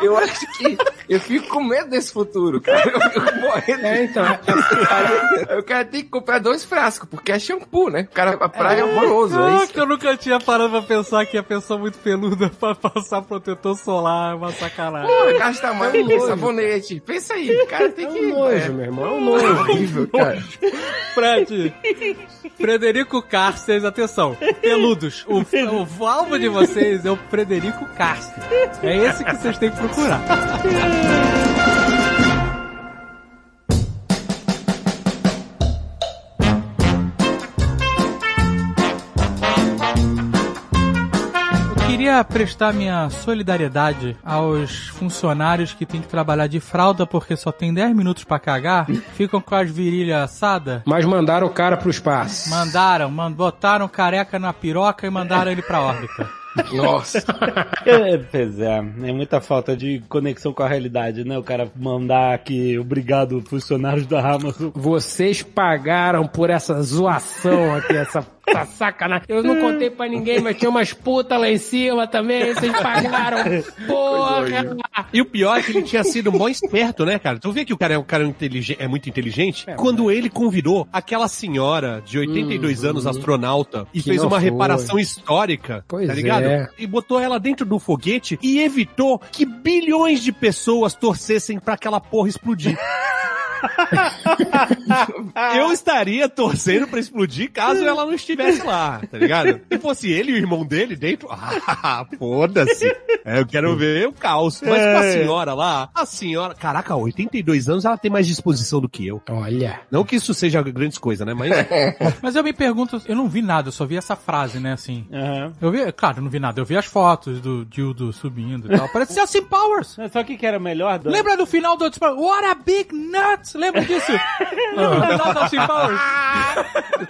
Eu acho que eu fico com medo desse futuro, cara. Eu fico morrendo de
É, então.
Aí, o cara tem que comprar dois frascos, porque é shampoo, né? O cara, a praia é horroroso. É isso.
Caraca, eu nunca tinha parado pra pensar que a pessoa muito peluda pra passar protetor solar é uma sacanagem.
Pô, gasta mais do que sabonete. Pensa aí, o cara tem
É
que.
um nojo, meu irmão, é um
É
nojo.
horrível, cara.
Fred, Frederico Carstens, atenção, peludos, o, o valvo de vocês é o Frederico Carstens. É esse que vocês têm que procurar. Queria prestar minha solidariedade aos funcionários que têm que trabalhar de fralda porque só tem 10 minutos pra cagar, ficam com as virilhas assadas.
Mas mandaram o cara pro espaço.
Mandaram, man- botaram o careca na piroca e mandaram ele pra órbita.
Nossa.
É, pois é, é muita falta de conexão com a realidade, né? O cara mandar aqui, obrigado, funcionários da Amazon.
Vocês pagaram por essa zoação aqui, essa, essa sacanagem. Eu não contei pra ninguém, mas tinha umas putas lá em cima também, vocês pagaram. Porra!
E o pior é que ele tinha sido mó esperto, né, cara? Tu vê que o cara é um cara inteligente, é muito inteligente. quando
né?
ele convidou aquela senhora de 82
Uhum.
anos, astronauta, e
Que
fez
não
uma
foi.
reparação histórica,
Pois
tá ligado?
é.
E botou ela dentro do foguete e evitou que bilhões de pessoas torcessem pra aquela porra explodir. Eu estaria torcendo pra explodir caso ela não estivesse lá, tá ligado? Se fosse ele e o irmão dele dentro, ah, foda-se. É, eu quero ver o caos. Mas com a
É.
senhora lá, a senhora, caraca, 82 anos, ela tem mais disposição do que eu.
Olha.
Não que isso seja grandes coisas, né? Mas
Mas eu me pergunto, eu não vi nada, eu só vi essa frase, né, assim.
Aham.
Eu vi, claro, eu não vi nada, eu vi as fotos do Dildo subindo e tal. Parece Austin Powers.
Mas Sabe o que que era melhor? Dan?
Lembra do final do Austin Powers? What a big nut! Lembra disso? Lembra do final do Austin Powers?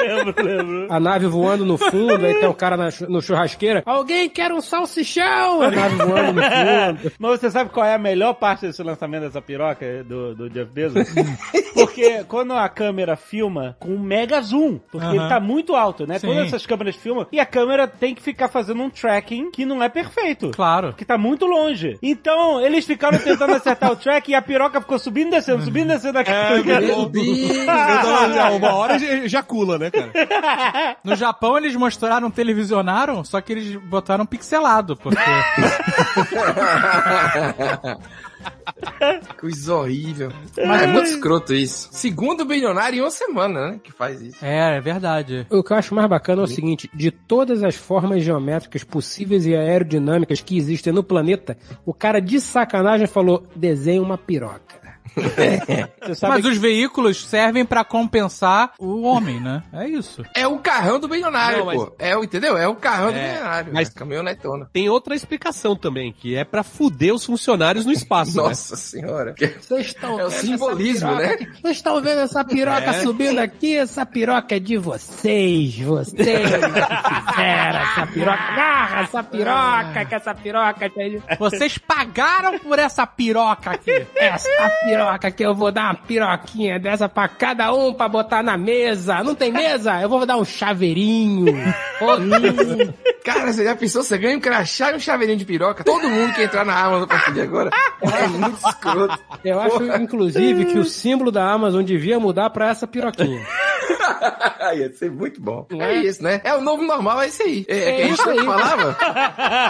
lembro, lembro.
A nave voando no fundo, aí tem o cara na, chu- no churrasqueira. Alguém quer um salsichão? A nave voando no fundo.
Mas você sabe qual é a melhor parte desse lançamento dessa piroca do, do Jeff Bezos? Porque quando a câmera filma com um mega zoom, porque
Aham.
ele tá muito alto, né?
Sim.
Todas essas câmeras filmam e a câmera tem que ficar fazendo um tracking que não é perfeito.
Claro.
Porque tá muito longe. Então, eles ficaram tentando acertar o track e a piroca ficou subindo e descendo, subindo e descendo. É,
Meu Deus.
uma hora já ejacula, né, cara?
No Japão eles mostraram, televisionaram, só que eles botaram pixelado, porque...
Coisa horrível. é muito escroto isso. Segundo bilionário em uma semana, né? Que faz isso.
é, é verdade.
O que eu acho mais bacana é o seguinte: de todas as formas geométricas possíveis e aerodinâmicas que existem no planeta, o cara de sacanagem falou: desenha uma piroca.
Você sabe
Mas os veículos servem pra compensar o homem, né? É isso.
É o carrão do bilionário,
Não, mas-
pô. É o, entendeu? É o carrão do
É,
bilionário.
mas-
Mas caminhonetona.
Tem outra explicação também, que é pra fuder os funcionários no espaço, né?
Nossa senhora.
Vocês estão
É o simbolismo, né?
Vocês estão vendo essa piroca
É.
subindo aqui? Essa piroca é de vocês, vocês que fizeram essa piroca. Agarra essa piroca, que essa piroca é de...
Vocês pagaram por essa piroca aqui.
Essa piroca que eu vou dar uma piroquinha dessa pra cada um pra botar na mesa. Não tem mesa? Eu vou dar um chaveirinho. Hum.
Cara, você já pensou? Você ganha um crachá e um chaveirinho de piroca. Todo mundo que entrar na Amazon pra pedir agora é muito escroto.
Eu acho, inclusive, que o símbolo da Amazon devia mudar pra essa piroquinha.
Ia ser muito bom. É isso, né? É o novo normal, é isso aí. É, é que a gente tanto falava.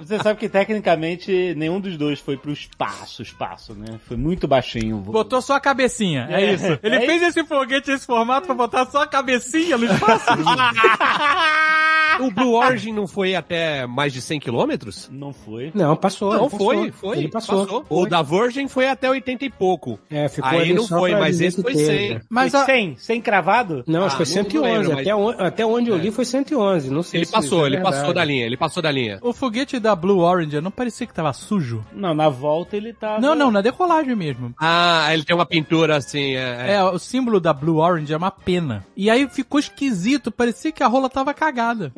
Você sabe que tecnicamente nenhum dos dois foi pro espaço, espaço, né? Foi muito baixinho. o voo.
Botou só a cabecinha, é, isso. Ele fez esse foguete, esse formato pra botar só a cabecinha no espaço.
O Blue Origin não foi até mais de 100 quilômetros?
Não foi.
Não, passou.
Não,
ele passou.
foi, foi.
Ele passou.
O da Virgin foi até 80 e pouco.
É, ficou
Aí
ali
não
só
foi,
pra
mas
dizer
esse
que
foi
teve.
100.
Mas
foi
a-
100? 100 cravado?
Não, acho que foi
não- não
111.
lembro, mas-
até, on- até onde eu li foi 111. Não sei
Ele
se
passou,
isso é
ele
verdade.
passou da linha, ele passou da linha.
o foguete da Blue Orange não parecia que tava sujo?
Não, na volta ele tava...
Não, não, na decolagem mesmo.
Ah, ele tem uma pintura assim, é.
É, o símbolo da Blue Orange é uma pena. E aí ficou esquisito, parecia que a rola tava cagada.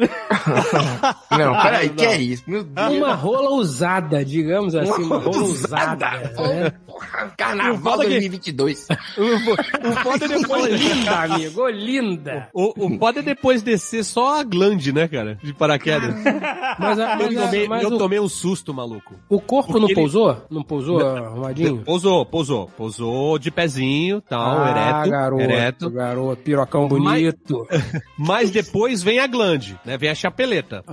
Não, peraí, que é isso? Meu Deus.
Uma rola ousada, digamos assim. Uma rola
ousada.
ousada. né?
Porra, Carnaval
foda que-
2022.
O foda
Ô, linda, amigo. ô, linda.
O, o foda é depois descer só a glande, né, cara? De paraquedas.
Mas,
Eu
a- Ah, mas, a-
tomei,
mas
eu
o,
tomei um susto, maluco.
o corpo não
ele-
pousou? Não pousou arrumadinho?
Pousou, pousou. Pousou de pezinho, tal, ereto.
Ah, garoto,
Ereto.
garoto, pirocão bonito.
Mas depois vem a glande, né? Vem a chapeleta.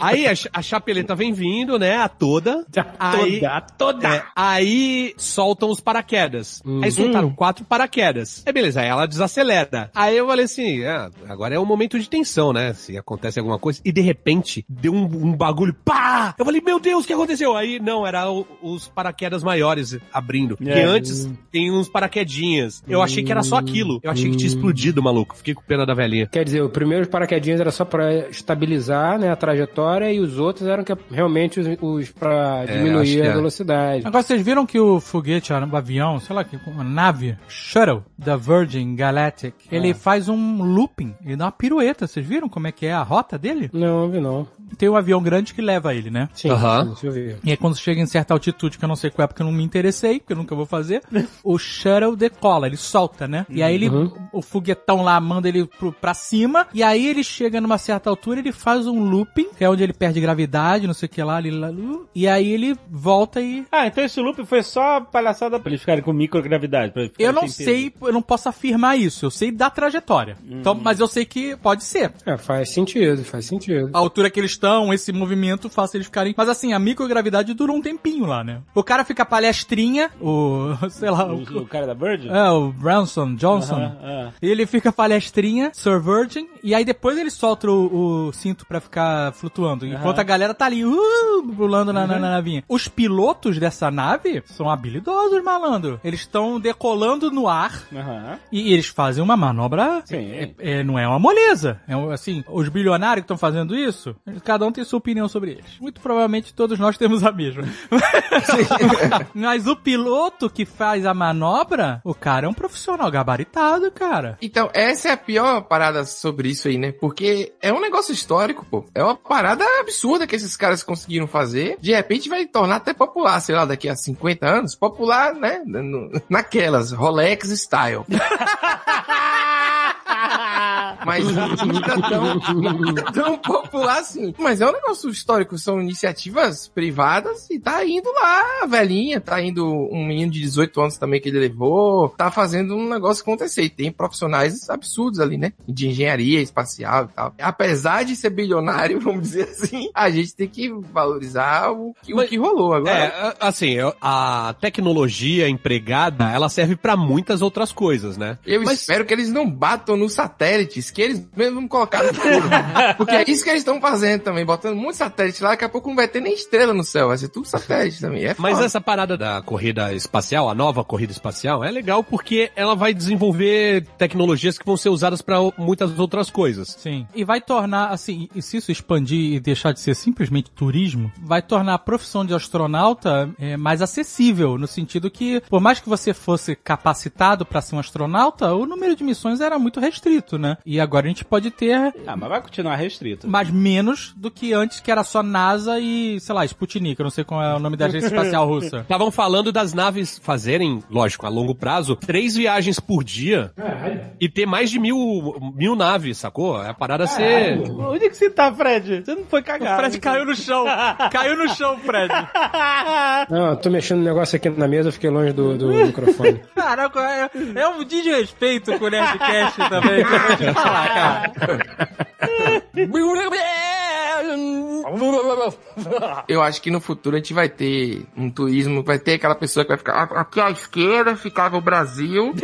Aí a, cha- a chapeleta vem vindo, né? A toda.
Já
Aí,
toda, toda.
É, aí solta soltam os paraquedas. Aí soltaram quatro paraquedas. Aí beleza, aí ela desacelera. Aí eu falei assim, ah, agora é um momento de tensão, né? Se acontece alguma coisa. E de repente, deu um, um bagulho, pá! Eu falei, meu Deus, o que aconteceu? Aí, não, era o- os paraquedas maiores abrindo. Porque
É.
antes tem uns paraquedinhas. Eu achei que era só aquilo. Eu achei que tinha explodido, maluco. Fiquei com pena da velhinha.
Quer dizer, o primeiro paraquedinhas era só pra estabilizar né, a trajetória e os outros eram que realmente os, os pra
É,
diminuir
acho que
a
é.
velocidade.
Agora, vocês viram que o foguete, ah, o avião, sei lá, que uma nave, Shuttle, da Virgin Galactic, ele faz um looping, ele dá uma pirueta. Vocês viram como é que é a rota dele?
Não, vi não.
Tem um avião grande que leva ele, né?
Sim, sim, deixa eu ver.
E aí quando chega em certa altitude, que eu não sei qual é, porque eu não me interessei, porque eu nunca vou fazer, o shuttle decola, ele solta, né? E aí ele,
Uhum.
o foguetão lá manda ele pro, pra cima, e aí ele chega numa certa altura, ele faz um looping, que é onde ele perde gravidade, não sei o que lá, ali, lá, lu, e aí ele volta e...
Ah, então esse loop foi só palhaçada pra eles ficarem com microgravidade. pra eles
Eu não
ficarem sem
sei, eu não posso afirmar isso, eu sei da trajetória. Então, mas eu sei que pode ser.
É, faz sentido, faz sentido.
a altura que eles estão, esse movimento faça eles ficarem. Mas assim, a microgravidade durou um tempinho lá, né? O cara fica palestrinha, o. sei lá. O,
peso. O cara da Virgin?
Ah.
é, o Branson, Johnson.
Aham, é.
Ele fica palestrinha, Sir Virgin, e aí depois ele solta o, o cinto pra ficar flutuando. Enquanto
Aham. Uhum.
a galera tá ali, uh, pulando na, na, na navinha. Os pilotos dessa nave são habilidosos, malandro. Eles estão decolando no ar.
Aham.
E eles fazem uma manobra.
Sim.
É, não é uma moleza. É um- assim, os bilionários que estão fazendo isso, cada um tem sua opinião sobre eles. Muito provavelmente todos nós temos a mesma. Mas o piloto que faz a manobra, o cara é um profissional gabaritado, cara.
Então, essa é a pior parada sobre isso aí, né? Porque é um negócio histórico, pô. É uma parada absurda que esses caras conseguiram fazer. De repente vai tornar até popular, sei lá, daqui a 50 anos. Popular, né? No- Naquelas, Rolex Style. Mas ainda tão, tão popular assim. Mas é um negócio histórico, são iniciativas privadas e tá indo lá a velhinha, tá indo um menino de 18 anos também que ele levou, tá fazendo um negócio acontecer. E tem profissionais absurdos ali, né? De engenharia espacial e tal. Apesar de ser bilionário, vamos dizer assim, a gente tem que valorizar o que, o que rolou agora.
É, a- assim, eu- a tecnologia empregada, ela serve pra muitas outras coisas, né?
Eu espero que eles não batam nos satélites, que eles mesmo colocaram no fogo. Porque é isso que eles estão fazendo também, botando muito satélite lá, daqui a pouco não vai ter nem estrela no céu, vai ser tudo satélite também. É
Mas
foda.
essa parada da corrida espacial, a nova corrida espacial, é legal porque ela vai desenvolver tecnologias que vão ser usadas pra o- muitas outras coisas.
Sim. E vai tornar, assim, e se isso expandir e deixar de ser simplesmente turismo, vai tornar a profissão de astronauta é, mais acessível, no sentido que, por mais que você fosse capacitado para ser um astronauta, o número de missões era muito restrito, né? E agora a gente pode ter
Ah, mas vai continuar restrito.
mas menos do que antes, que era só NASA e, sei lá, Sputnik, eu não sei qual é o nome da agência espacial russa.
Estavam falando das naves fazerem, lógico, a longo prazo, três viagens por dia e ter mais de mil, mil naves, sacou? É a parada ser.
Onde é que você tá, Fred? Você não foi cagado.
O Fred caiu no chão. Caiu no chão, Fred.
Não, eu tô mexendo no negócio aqui na mesa, eu fiquei longe do, do microfone.
Caraca, é, é um desrespeito com o Nerdcast também. que eu vou te falar, cara.
Eu acho que no futuro a gente vai ter um turismo, vai ter aquela pessoa que vai ficar "Ah, aqui à esquerda ficava o Brasil.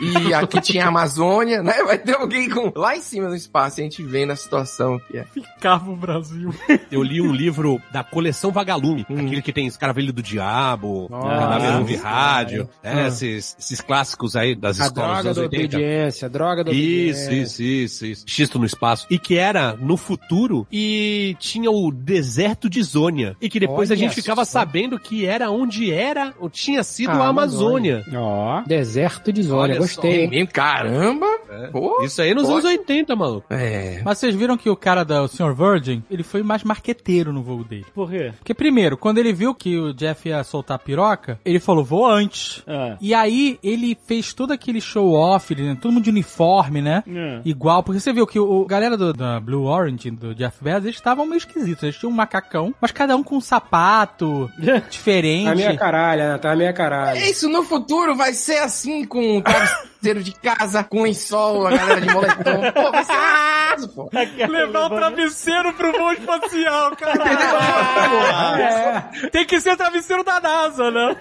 E aqui tinha a Amazônia, né? Vai ter alguém com lá em cima no espaço, e a gente vendo a situação que é.
Cavo Brasil.
Eu li um livro da coleção Vagalume,
Hum.
aquele que tem Escaravelho do Diabo, Cadáver de Rádio,
Ah.
é, esses, esses clássicos aí das
A
escolas dos
droga
anos
da
80.
obediência, a droga da
Isso,
obediência.
isso, isso, isso. Xisto no espaço. E que era no futuro e tinha o deserto de Zônia. E que depois a
Olha
gente ficava
só.
sabendo que era onde era, ou tinha sido
Ah,
a Amazônia.
Ó.
Deserto de Zóia,
Olha só, É.
gostei. hein?
Mesmo, Caramba! Pô,
Isso aí nos
Olha.
anos 80, maluco.
é.
Mas vocês viram que o cara da o Sr. Virgin, ele foi mais marqueteiro no voo dele.
Por quê?
Porque primeiro, quando ele viu que o Jeff ia soltar a piroca, ele falou, vou antes.
Ah.
E aí, ele fez todo aquele show-off, ele- todo mundo de uniforme, né?
É.
Igual, porque você viu que o, o galera do, da Blue Orange, do Jeff Bezos, eles estavam meio esquisitos. Eles tinham um macacão, mas cada um com um sapato
É.
diferente.
É
Tá minha caralha, né? tá minha caralha.
Isso no futuro vai ser assim com o Travis travesseiro de casa, com lençol, a galera de moletom. Pô, vai ser maravilhoso, pô.
Levar o travesseiro pro voo espacial,
Ah,
cara. É. Tem que ser travesseiro da NASA, né?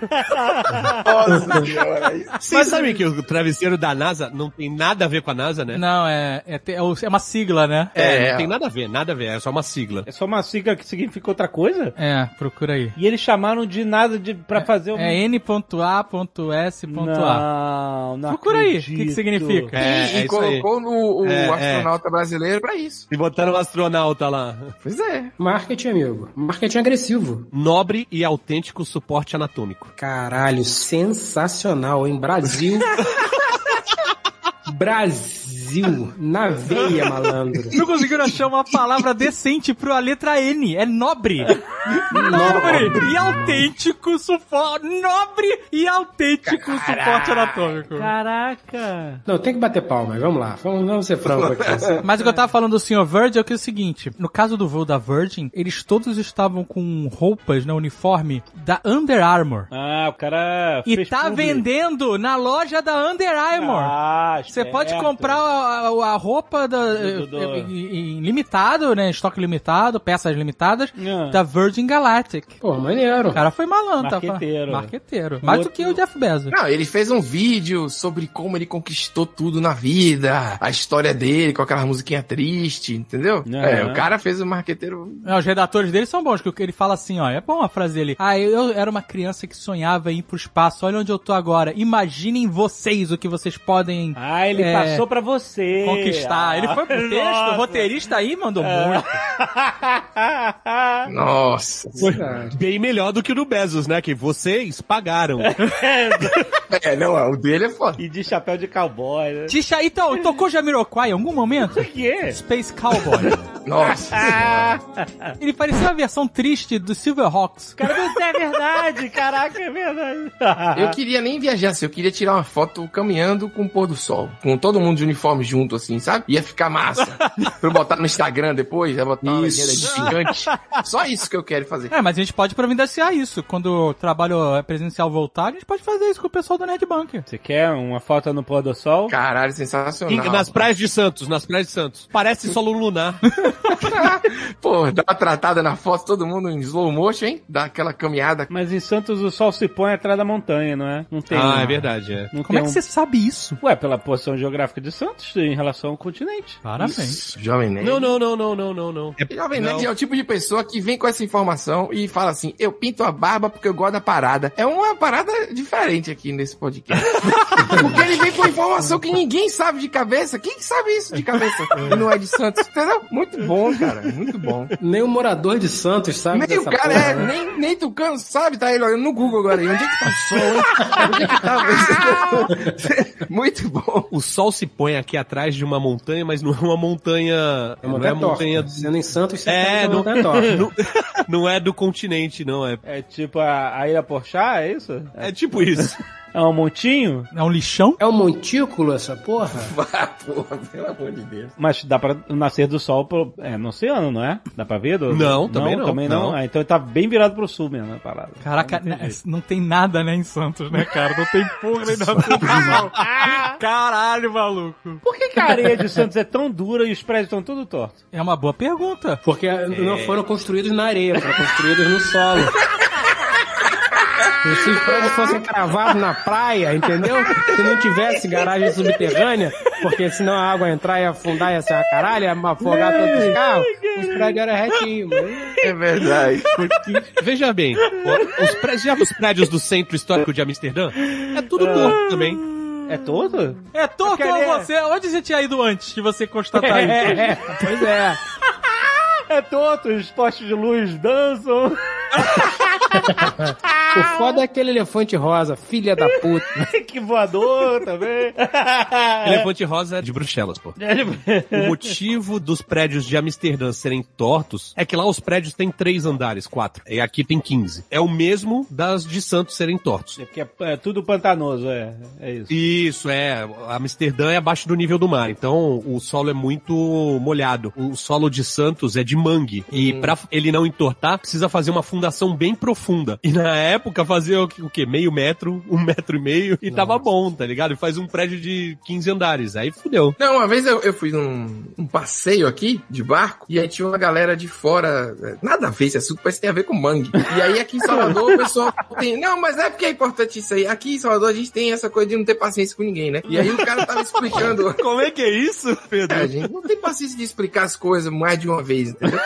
Nossa senhora. Vocês sabem que o travesseiro da NASA não tem nada a ver com a NASA, né?
Não, é, é, te- é o- é uma sigla, né?
É, não tem nada a ver, nada a ver, é só uma sigla.
É só uma sigla que significa outra coisa?
É, procura aí.
E eles chamaram de nada de, pra fazer o.
É N.A.S.A.
Não, não
Procura aí, o
acredito.
que, que significa?
e e colocou no, o
É, é.
astronauta brasileiro pra isso.
E botaram o astronauta lá.
Pois é.
Marketing, amigo. Marketing agressivo.
Nobre e autêntico suporte anatômico.
Caralho, sensacional, hein? Brasil. Brasil. Na veia, malandro.
Não conseguiram achar uma palavra decente pra letra N. É nobre. nobre e autêntico suporte. Nobre e autêntico suporte anatômico.
Caraca!
Não, tem que bater palmas. Vamos lá. Vamos, vamos ser franco aqui.
Mas o que eu tava falando do Sr. Virgin é que é o seguinte: no caso do voo da Virgin, eles todos estavam com roupas, né, uniforme da Under Armour.
Ah, o cara.
E
fez
tá
publi.
vendendo na loja da Under Armour.
Ah,
Você
certo.
pode comprar a, a- a roupa da,
Do- do-
eh, em- em limitado, né? Estoque limitado, peças limitadas,
Ah.
da Virgin Galactic.
Pô,
O
maneiro.
cara foi malandro, tá?
Marqueteiro.
Marqueteiro.
O
Mais do
outro-
que o Jeff Bezos.
Não, ele fez um vídeo sobre como ele conquistou tudo na vida, a história dele com aquela musiquinha triste, entendeu?
Aham.
É, o cara fez o marqueteiro.
Não, os redatores dele são bons, que ele fala assim, ó, é bom a frase dele. Ah, eu era uma criança que sonhava em ir pro espaço, olha onde eu tô agora. Imaginem vocês o que vocês podem
Ah, ele
É.
passou pra você.
conquistar.
Ah,
Ele foi pro texto,
nossa. É.
o roteirista aí mandou muito.
Nossa.
Cara,
Bem melhor do que o do Bezos, né? Que vocês pagaram.
É, não, o dele é foda.
e de chapéu de cowboy, né?
Tisha, então, tocou Jamiroquai em algum momento?
Por quê?
Space Cowboy.
Nossa.
Ele parecia uma versão triste do Silverhawks.
Cara, mas é verdade, caraca, é verdade.
Eu queria nem viajar, assim, eu queria tirar uma foto caminhando com o pôr do sol. Com todo mundo de uniforme junto, assim, sabe? Ia ficar massa. pra eu botar no Instagram depois, ia botar uma legenda de gigante. Só isso que eu quero fazer.
É, mas a gente pode providenciar isso. Quando o trabalho presencial voltar, a gente pode fazer isso com o pessoal do Nerd Bunker.
Você quer uma foto no pôr do sol?
Caralho, sensacional.
nas praias de Santos, nas praias de Santos. Parece solo lunar.
Pô, dá uma tratada na foto, todo mundo em slow motion, hein? Dá aquela caminhada.
Mas em Santos o sol se põe atrás da montanha, não é? Não tem.
ah, é verdade, é.
Não
Como é
tem
que você
um-
sabe isso?
Ué, pela posição geográfica de Santos em relação ao continente.
Parabéns.
Jovem Nerd.
Não, não, não, não, não, não, não.
Jovem
Não.
Nerd é o tipo de pessoa que vem com essa informação e fala assim: eu pinto a barba porque eu gosto da parada. É uma parada diferente aqui nesse podcast. porque ele vem com informação que ninguém sabe de cabeça. Quem que sabe isso de cabeça? E não é de Santos. Entendeu? Muito bom, cara. Muito bom.
nem o morador de Santos sabe
Nem o
dessa
cara
porra,
é,
né?
nem, nem Tucano sabe, tá ele olhando no Google agora aí. Onde é que tá o sol, hein? Onde é que tá? Muito bom.
O sol se põe aqui atrás de uma montanha, mas não é uma montanha.
É uma
não é montanha.
montanha. Sendo em Santos,
É,
não
não,
é torta.
não, não é do continente, não. É,
É tipo a, a Ilha Porchá, é isso? É,
é tipo isso.
um montinho,
É um lixão?
É um montículo essa porra?
Ah, porra, pelo amor de Deus.
mas dá pra o nascer do sol pro, é, no oceano, não é? Dá pra ver? Do,
Não, também não,
Também não.
não.
Ah, então tá bem virado pro sul mesmo a parada.
Caraca,
Não tem
né,
jeito.
não tem nada, né, em Santos, né, cara? Não tem porra nem nada. Caralho, maluco.
Por que, que a areia de Santos é tão dura e os prédios estão tudo tortos?
É uma boa pergunta.
Porque não foram construídos na areia, foram construídos no solo. E Se os prédios fossem cravados na praia, entendeu? Se não tivesse garagem subterrânea, porque senão a água ia entrar e afundar ia ser uma caralho, ia afogar todos os carros, os prédios eram retinhos. mas-
É verdade.
Veja bem, ó, os prédios, já viu os prédios do centro histórico de Amsterdã? É tudo torto também.
É todo?
É torto
Porque ele é-
você? Onde você tinha ido antes de você constatar isso?
É, pois é.
É torto, os postes de luz dançam.
O foda é aquele elefante rosa, filha da puta.
que voador também. tipo,
Elefante rosa é de Bruxelas, pô. O motivo dos prédios de Amsterdã serem tortos é que lá os prédios têm três andares, quatro. E aqui tem 15. É o mesmo das de Santos serem tortos.
É porque é, é tudo pantanoso, é. É isso.
Isso, é. Amsterdã é abaixo do nível do mar, então o solo é muito molhado. O solo de Hum. Santos é de mangue. E pra ele não entortar, precisa fazer uma fundação bem profunda. E na época fazia o que- o quê? Meio metro, um metro e meio, e tava bom, tá ligado? E faz um prédio de 15 andares. Aí fudeu.
Não, uma vez eu, eu fui num um passeio aqui de barco e aí tinha uma galera de fora. eh, Nada a ver, esse assunto parece que tem a ver com mangue. E aí aqui em Salvador o pessoal tem. Não, mas é porque é importante isso aí. Aqui em Salvador a gente tem essa coisa de não ter paciência com ninguém, né? E aí o cara tava explicando.
Como é que é isso, Pedro?
a gente não tem paciência de explicar as coisas mais de uma vez, entendeu?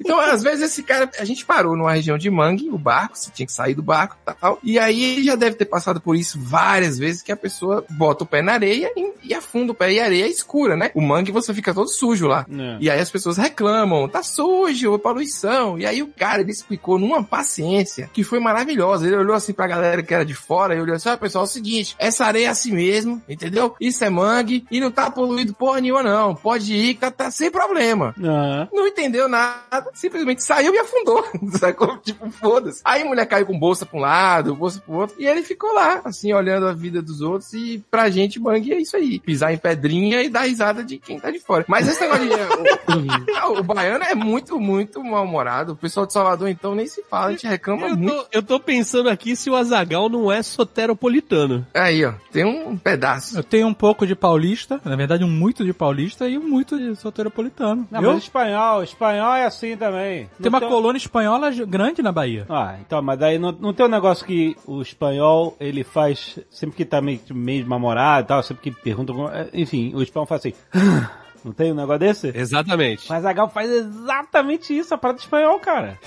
Então, às vezes, esse cara, a gente parou numa região de mangue, o barco, você tinha que sair do barco e tal. E aí ele já deve ter passado por isso várias vezes que a pessoa bota o pé na areia e, e afunda o pé. E a areia é escura, né? O mangue você fica todo sujo lá.
É.
E aí as pessoas reclamam, tá sujo, poluição. E aí o cara, ele explicou numa paciência que foi maravilhosa. Ele olhou assim pra galera que era de fora e olhou assim, ó pessoal, é o seguinte, essa areia é assim mesmo, entendeu? Isso é mangue e não tá poluído porra nenhuma não. Pode ir, que tá, tá sem problema.
É.
Não entendeu nada, simplesmente saiu e afundou. Sacou? Tipo, foda-se. Aí a mulher caiu com bolsa pra um lado, bolsa pro outro, e ele ficou lá, assim, olhando a vida dos outros. E pra gente, mangue é isso aí. Pisar em pedrinha e dar risada de quem tá de fora. Mas esse negócio de. o- o, o baiano é muito, muito mal-humorado. O pessoal de Salvador, então, nem se fala, a gente reclama
Eu
muito.
tô, eu tô pensando aqui se o Azagal não é soteropolitano.
Aí, ó, tem um pedaço.
Eu tenho um pouco de paulista, na verdade um muito de paulista e um muito de soteropolitano.
Não,
Eu
mas espanhol, espanhol é assim também.
tem uma
coluna.
colônia espanhola grande na Bahia.
Ah, então, mas daí não, não tem um negócio que o espanhol, ele faz, sempre que tá meio, que meio mal-humorado e tal, sempre que pergunta, alguma- é, enfim, o espanhol faz assim, não tem um negócio desse?
Exatamente.
Mas a Gal faz exatamente isso, a parada do espanhol, cara.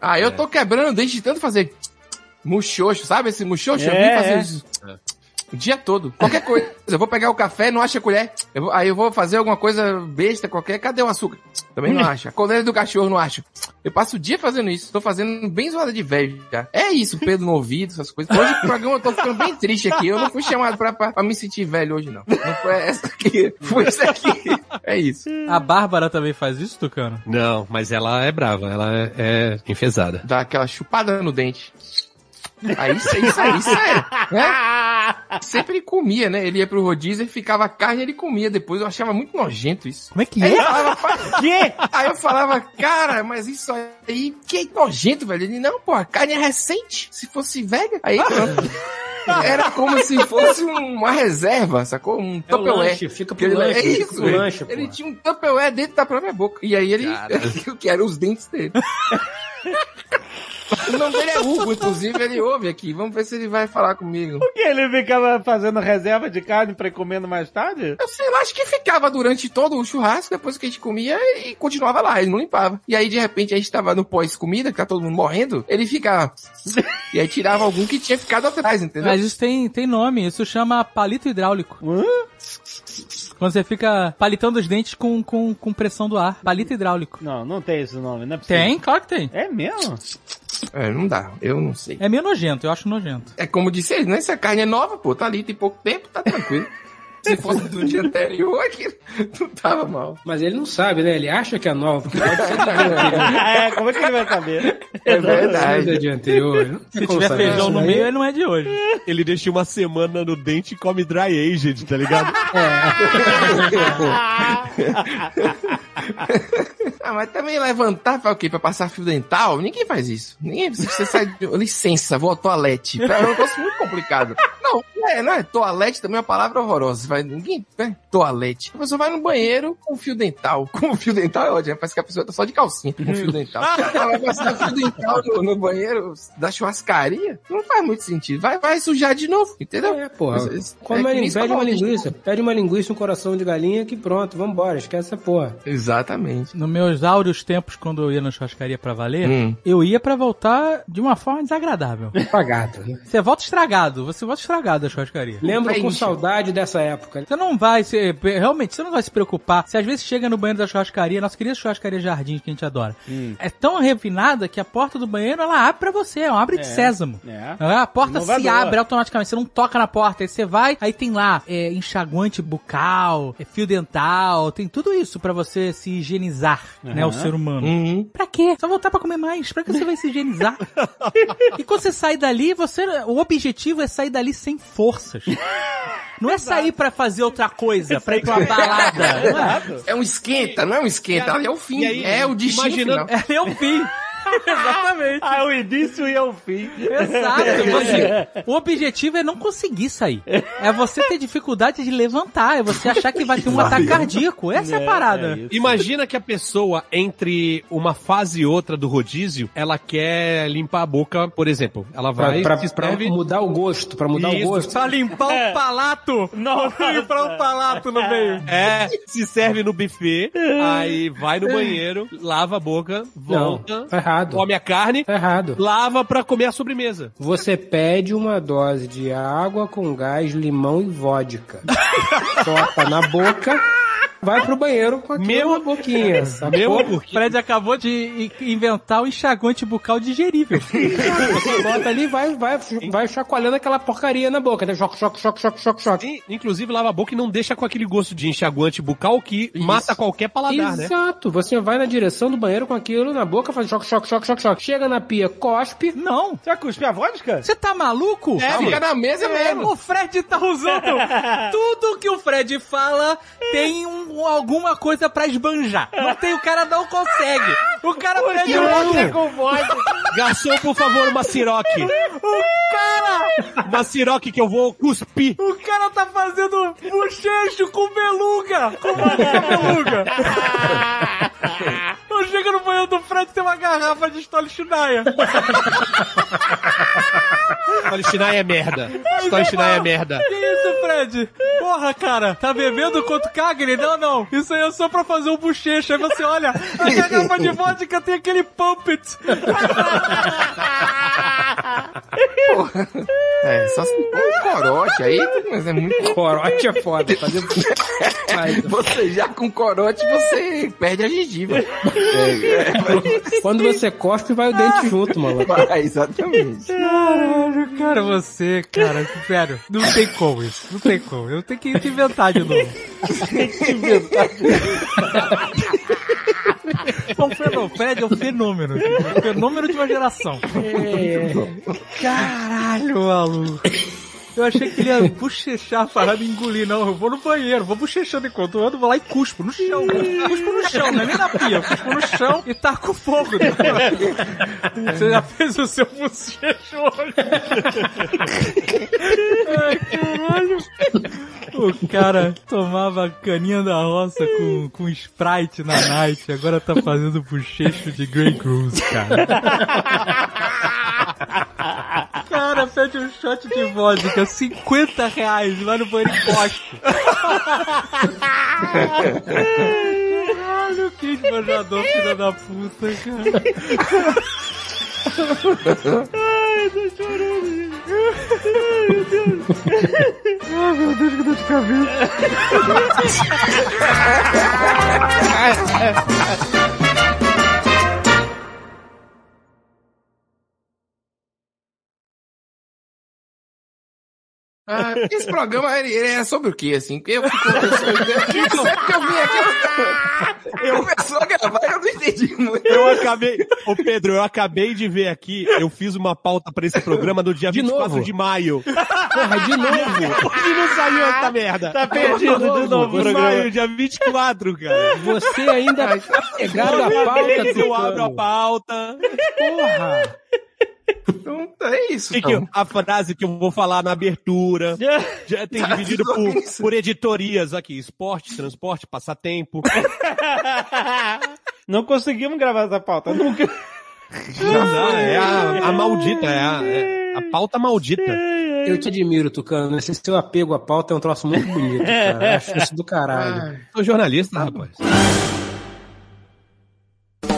Ah, eu tô quebrando desde de tanto fazer muxoxo, sabe esse muxoxo? eu
É,
vim fazer
é.
isso o dia todo. Qualquer coisa. Eu vou pegar o café, não acha a colher. Eu vou- aí eu vou fazer alguma coisa besta qualquer. Cadê o açúcar? Também
Hum.
não acha. A coleira do cachorro não acha. Eu passo o dia fazendo isso. Tô fazendo bem zoada de velho já. É isso, Pedro no ouvido, essas coisas. Hoje o programa eu tô ficando bem triste aqui. Eu não fui chamado pra, pra, pra me sentir velho hoje,
É
não. Não foi essa aqui. Foi isso aqui. É isso.
A Bárbara também faz isso, Tucano?
Não, mas ela é brava, ela é, é enfesada.
Dá aquela chupada no dente. Aí isso, isso, aí, isso é. Né? Sempre ele comia, né? Ele ia pro rodízio e ficava a carne ele comia. Depois eu achava muito nojento isso.
Como é que
Aí
é?
eu falava, "Pá, quê?" Aí eu falava, cara, mas isso aí, que nojento, velho. Ele, não, pô, a carne é recente. Se fosse velha, aí não. Era como se fosse uma reserva, sacou? Um
É o
Tupperware.
lanche, fica
Porque
pro
ele-
lanche.
é
fica
isso,
pro lanche,
ele
pô.
tinha um Tupperware dentro da própria boca. E aí ele, o que eram os dentes dele. O nome dele é Hugo, inclusive ele ouve aqui. Vamos ver se ele vai falar comigo.
Porque ele ficava fazendo reserva de carne pra ir comendo mais tarde?
Eu sei lá, acho que ficava durante todo o churrasco, depois que a gente comia e continuava lá, ele não limpava. E aí de repente a gente tava no pós-comida, que tá todo mundo morrendo, ele ficava. E aí tirava algum que tinha ficado atrás, entendeu?
Mas isso tem, tem nome, isso chama palito hidráulico. Quando você fica palitando os dentes com, com, com pressão do ar. Palito hidráulico.
Não, não tem esse nome, não é possível.
Tem, claro que tem.
É mesmo?
É, não dá, eu não sei.
É meio nojento, eu acho nojento.
É como disse ele, né? Se a carne é nova, pô, tá ali, tem pouco tempo, tá tranquilo. Se fosse do dia anterior, aqui não tava mal.
Mas ele não sabe, né? Ele acha que tá é nova, porque pode ser da
é, como é que ele vai saber?
É
Pode ser do
verdade.
dia anterior. Não tem
Se
como
tiver
saber
feijão
isso
no
daí.
meio, ele não é de hoje.
Ele deixa uma semana no dente e come dry aged, tá ligado?
Ah, mas também levantar pra o quê? Pra passar fio dental? Ninguém faz isso. Ninguém Você sai de... Licença, vou ao toalete. É um negócio muito complicado. Não, é, não é. Toalete também é uma palavra horrorosa. Vai, ninguém... É, toalete. A pessoa vai no banheiro com fio dental. Com fio dental é ótimo. Parece que a pessoa tá só de calcinha com fio dental. Ela vai passar fio dental no, no banheiro da churrascaria? Não faz muito sentido. Vai, vai sujar de novo, entendeu?
É, porra.
Mas isso-
Come
é
uma
que nem né?
linguiça, pede uma
escovão,
linguiça. Pede uma linguiça, um coração de galinha que pronto, vambora, esquece essa porra.
Exatamente.
Nos meus áureos tempos, quando eu ia na churrascaria pra valer,
Hum.
eu ia pra voltar de uma forma desagradável.
tá
Pagado. né?
Você volta estragado, você volta estragado da churrascaria.
Lembro
É
com
Preenche.
saudade dessa época. né?
Você não vai se. Realmente, você não vai se preocupar. Se às vezes chega no banheiro da churrascaria, nossa querida churrascaria Jardim, que a gente adora. É tão refinada que a porta do banheiro ela abre pra você, ela abre de sésamo.
É.
A porta se
Inovador.
abre automaticamente, você não toca na porta, aí você vai, aí tem lá é, enxaguante bucal, é, fio dental, tem tudo isso pra você se higienizar, né, o ser humano.
Uhum.
Pra quê? Só voltar pra comer mais. Pra que você vai se higienizar? e quando você sai dali, você, o objetivo é sair dali sem forças. Não é sair pra fazer outra coisa, pra ir pra uma balada.
É um esquenta, não é um esquenta. É o fim.
e aí,
é o destino
imaginando-
final.
É o fim. Exatamente.
Ah, o início e o fim.
Exato. Você, o objetivo é não conseguir sair. É você ter dificuldade de levantar. É você achar que vai ter um ataque cardíaco. Essa é, a parada.
Imagina que a pessoa, entre uma fase e outra do rodízio, ela quer limpar a boca, por exemplo. Ela vai...
Pra, pra,
se
pra
escreve-
mudar o gosto, pra mudar
Isso, Tá um
o gosto.
pra
limpar o palato.
Nossa.
um
Limpar o palato no meio.
É, se serve no buffet, aí vai no banheiro, lava a boca, volta,
Não, tá errado.
come a carne,
Tá errado.
lava pra comer a sobremesa.
Você pede uma dose de água com gás, limão e vodka. Topa na boca, vai pro banheiro com aquela
Meu-
boquinha. sacou?
Meu,
O Fred acabou de i- inventar o enxaguante bucal digerível.
Você bota ali e vai, vai, vai chacoalhando aquela porcaria na boca. Né? Choque, choque, choque, choque, choque, choque.
In- Inclusive, lava a boca e não deixa com aquele gosto de enxaguante bucal que mata qualquer paladar, né?
Exato. Você vai na direção do banheiro com aquilo na boca, faz choque, choque, choque, choque, choque. Chega na pia, cospe.
Não.
Você vai cuspir a vodka?
Você tá maluco?
É,
Fica
mano.
na mesa mesmo.
O Fred tá usando tudo que o Fred fala tem um- alguma coisa pra esbanjar. Não tem, o cara não consegue. O cara pede um.
com vodka.
Garçom, por favor, uma siroque.
O cara,
Uma siroque que eu vou cuspir.
o cara tá fazendo bochecho com beluga. Com uma beluga. Eu chego no banheiro do Fred e tem uma garrafa de Stolichnaya.
Palestinai é merda. Palestinai é merda.
Que isso, Fred? Porra, cara, tá bebendo quanto caga ele? Não, não. Isso aí é só pra fazer um bochecha. Aí você olha, a garrafa de vodka tem aquele pumpet.
É, só se for um corote aí, mas é muito...
Corote é foda. Fazer... Vai,
Você já com corote, você perde a gengiva. É,
Quando você cospe, vai o dente junto, mano.
é, é, exatamente.
Caralho, cara, você, cara, sério. Não tem como isso, não tem como. Eu tenho que te inventar de novo. Bom, fenômeno, Fred é um fenômeno. tipo, um fenômeno de uma geração. É. Caralho, maluco. Eu achei que ele ia bochechar a parada e engolir. Não, eu vou no banheiro, vou bochechando enquanto eu ando, vou lá e cuspo no chão. Cuspo no chão, não é nem na pia. eu Cuspo no chão e taco fogo. Você já fez o seu bochecho hoje. Ai, caralho. O cara tomava caninha da roça com, com Sprite na night, agora tá fazendo bochecho de Grey Goose, cara. Cara, pede um shot de vodka, 50 reais, vai no banheiro e cospe. Caralho, que esbanjador, filha da puta, cara.
Ah, esse programa, ele, ele é sobre o quê, assim? Porque Eu fico
Então.
pensando, né? sempre que eu vim aqui, eu, eu começou a gravar, eu não entendi muito.
Eu acabei, ô Pedro, eu acabei de ver aqui, eu fiz uma pauta pra esse programa no dia
De
24
novo?
de maio.
Porra, de novo.
E não saiu essa merda.
Tá perdido de novo
De
o programa.
maio, dia 24, cara.
Você ainda tá pegado a pauta,
Eu abro a
Tucano.
pauta.
Porra.
Então, é isso,
Tem que-
então.
a frase que eu vou falar na abertura. Já tem
Tá
dividido
só
por,
isso.
por editorias aqui. Esporte, transporte, passatempo.
Não conseguimos gravar essa pauta nunca.
Não, é a, a maldita, é a, é a pauta maldita.
Eu te admiro, Tucano. Esse seu apego à pauta é um troço muito bonito, cara. Acho isso do caralho.
Sou jornalista, rapaz.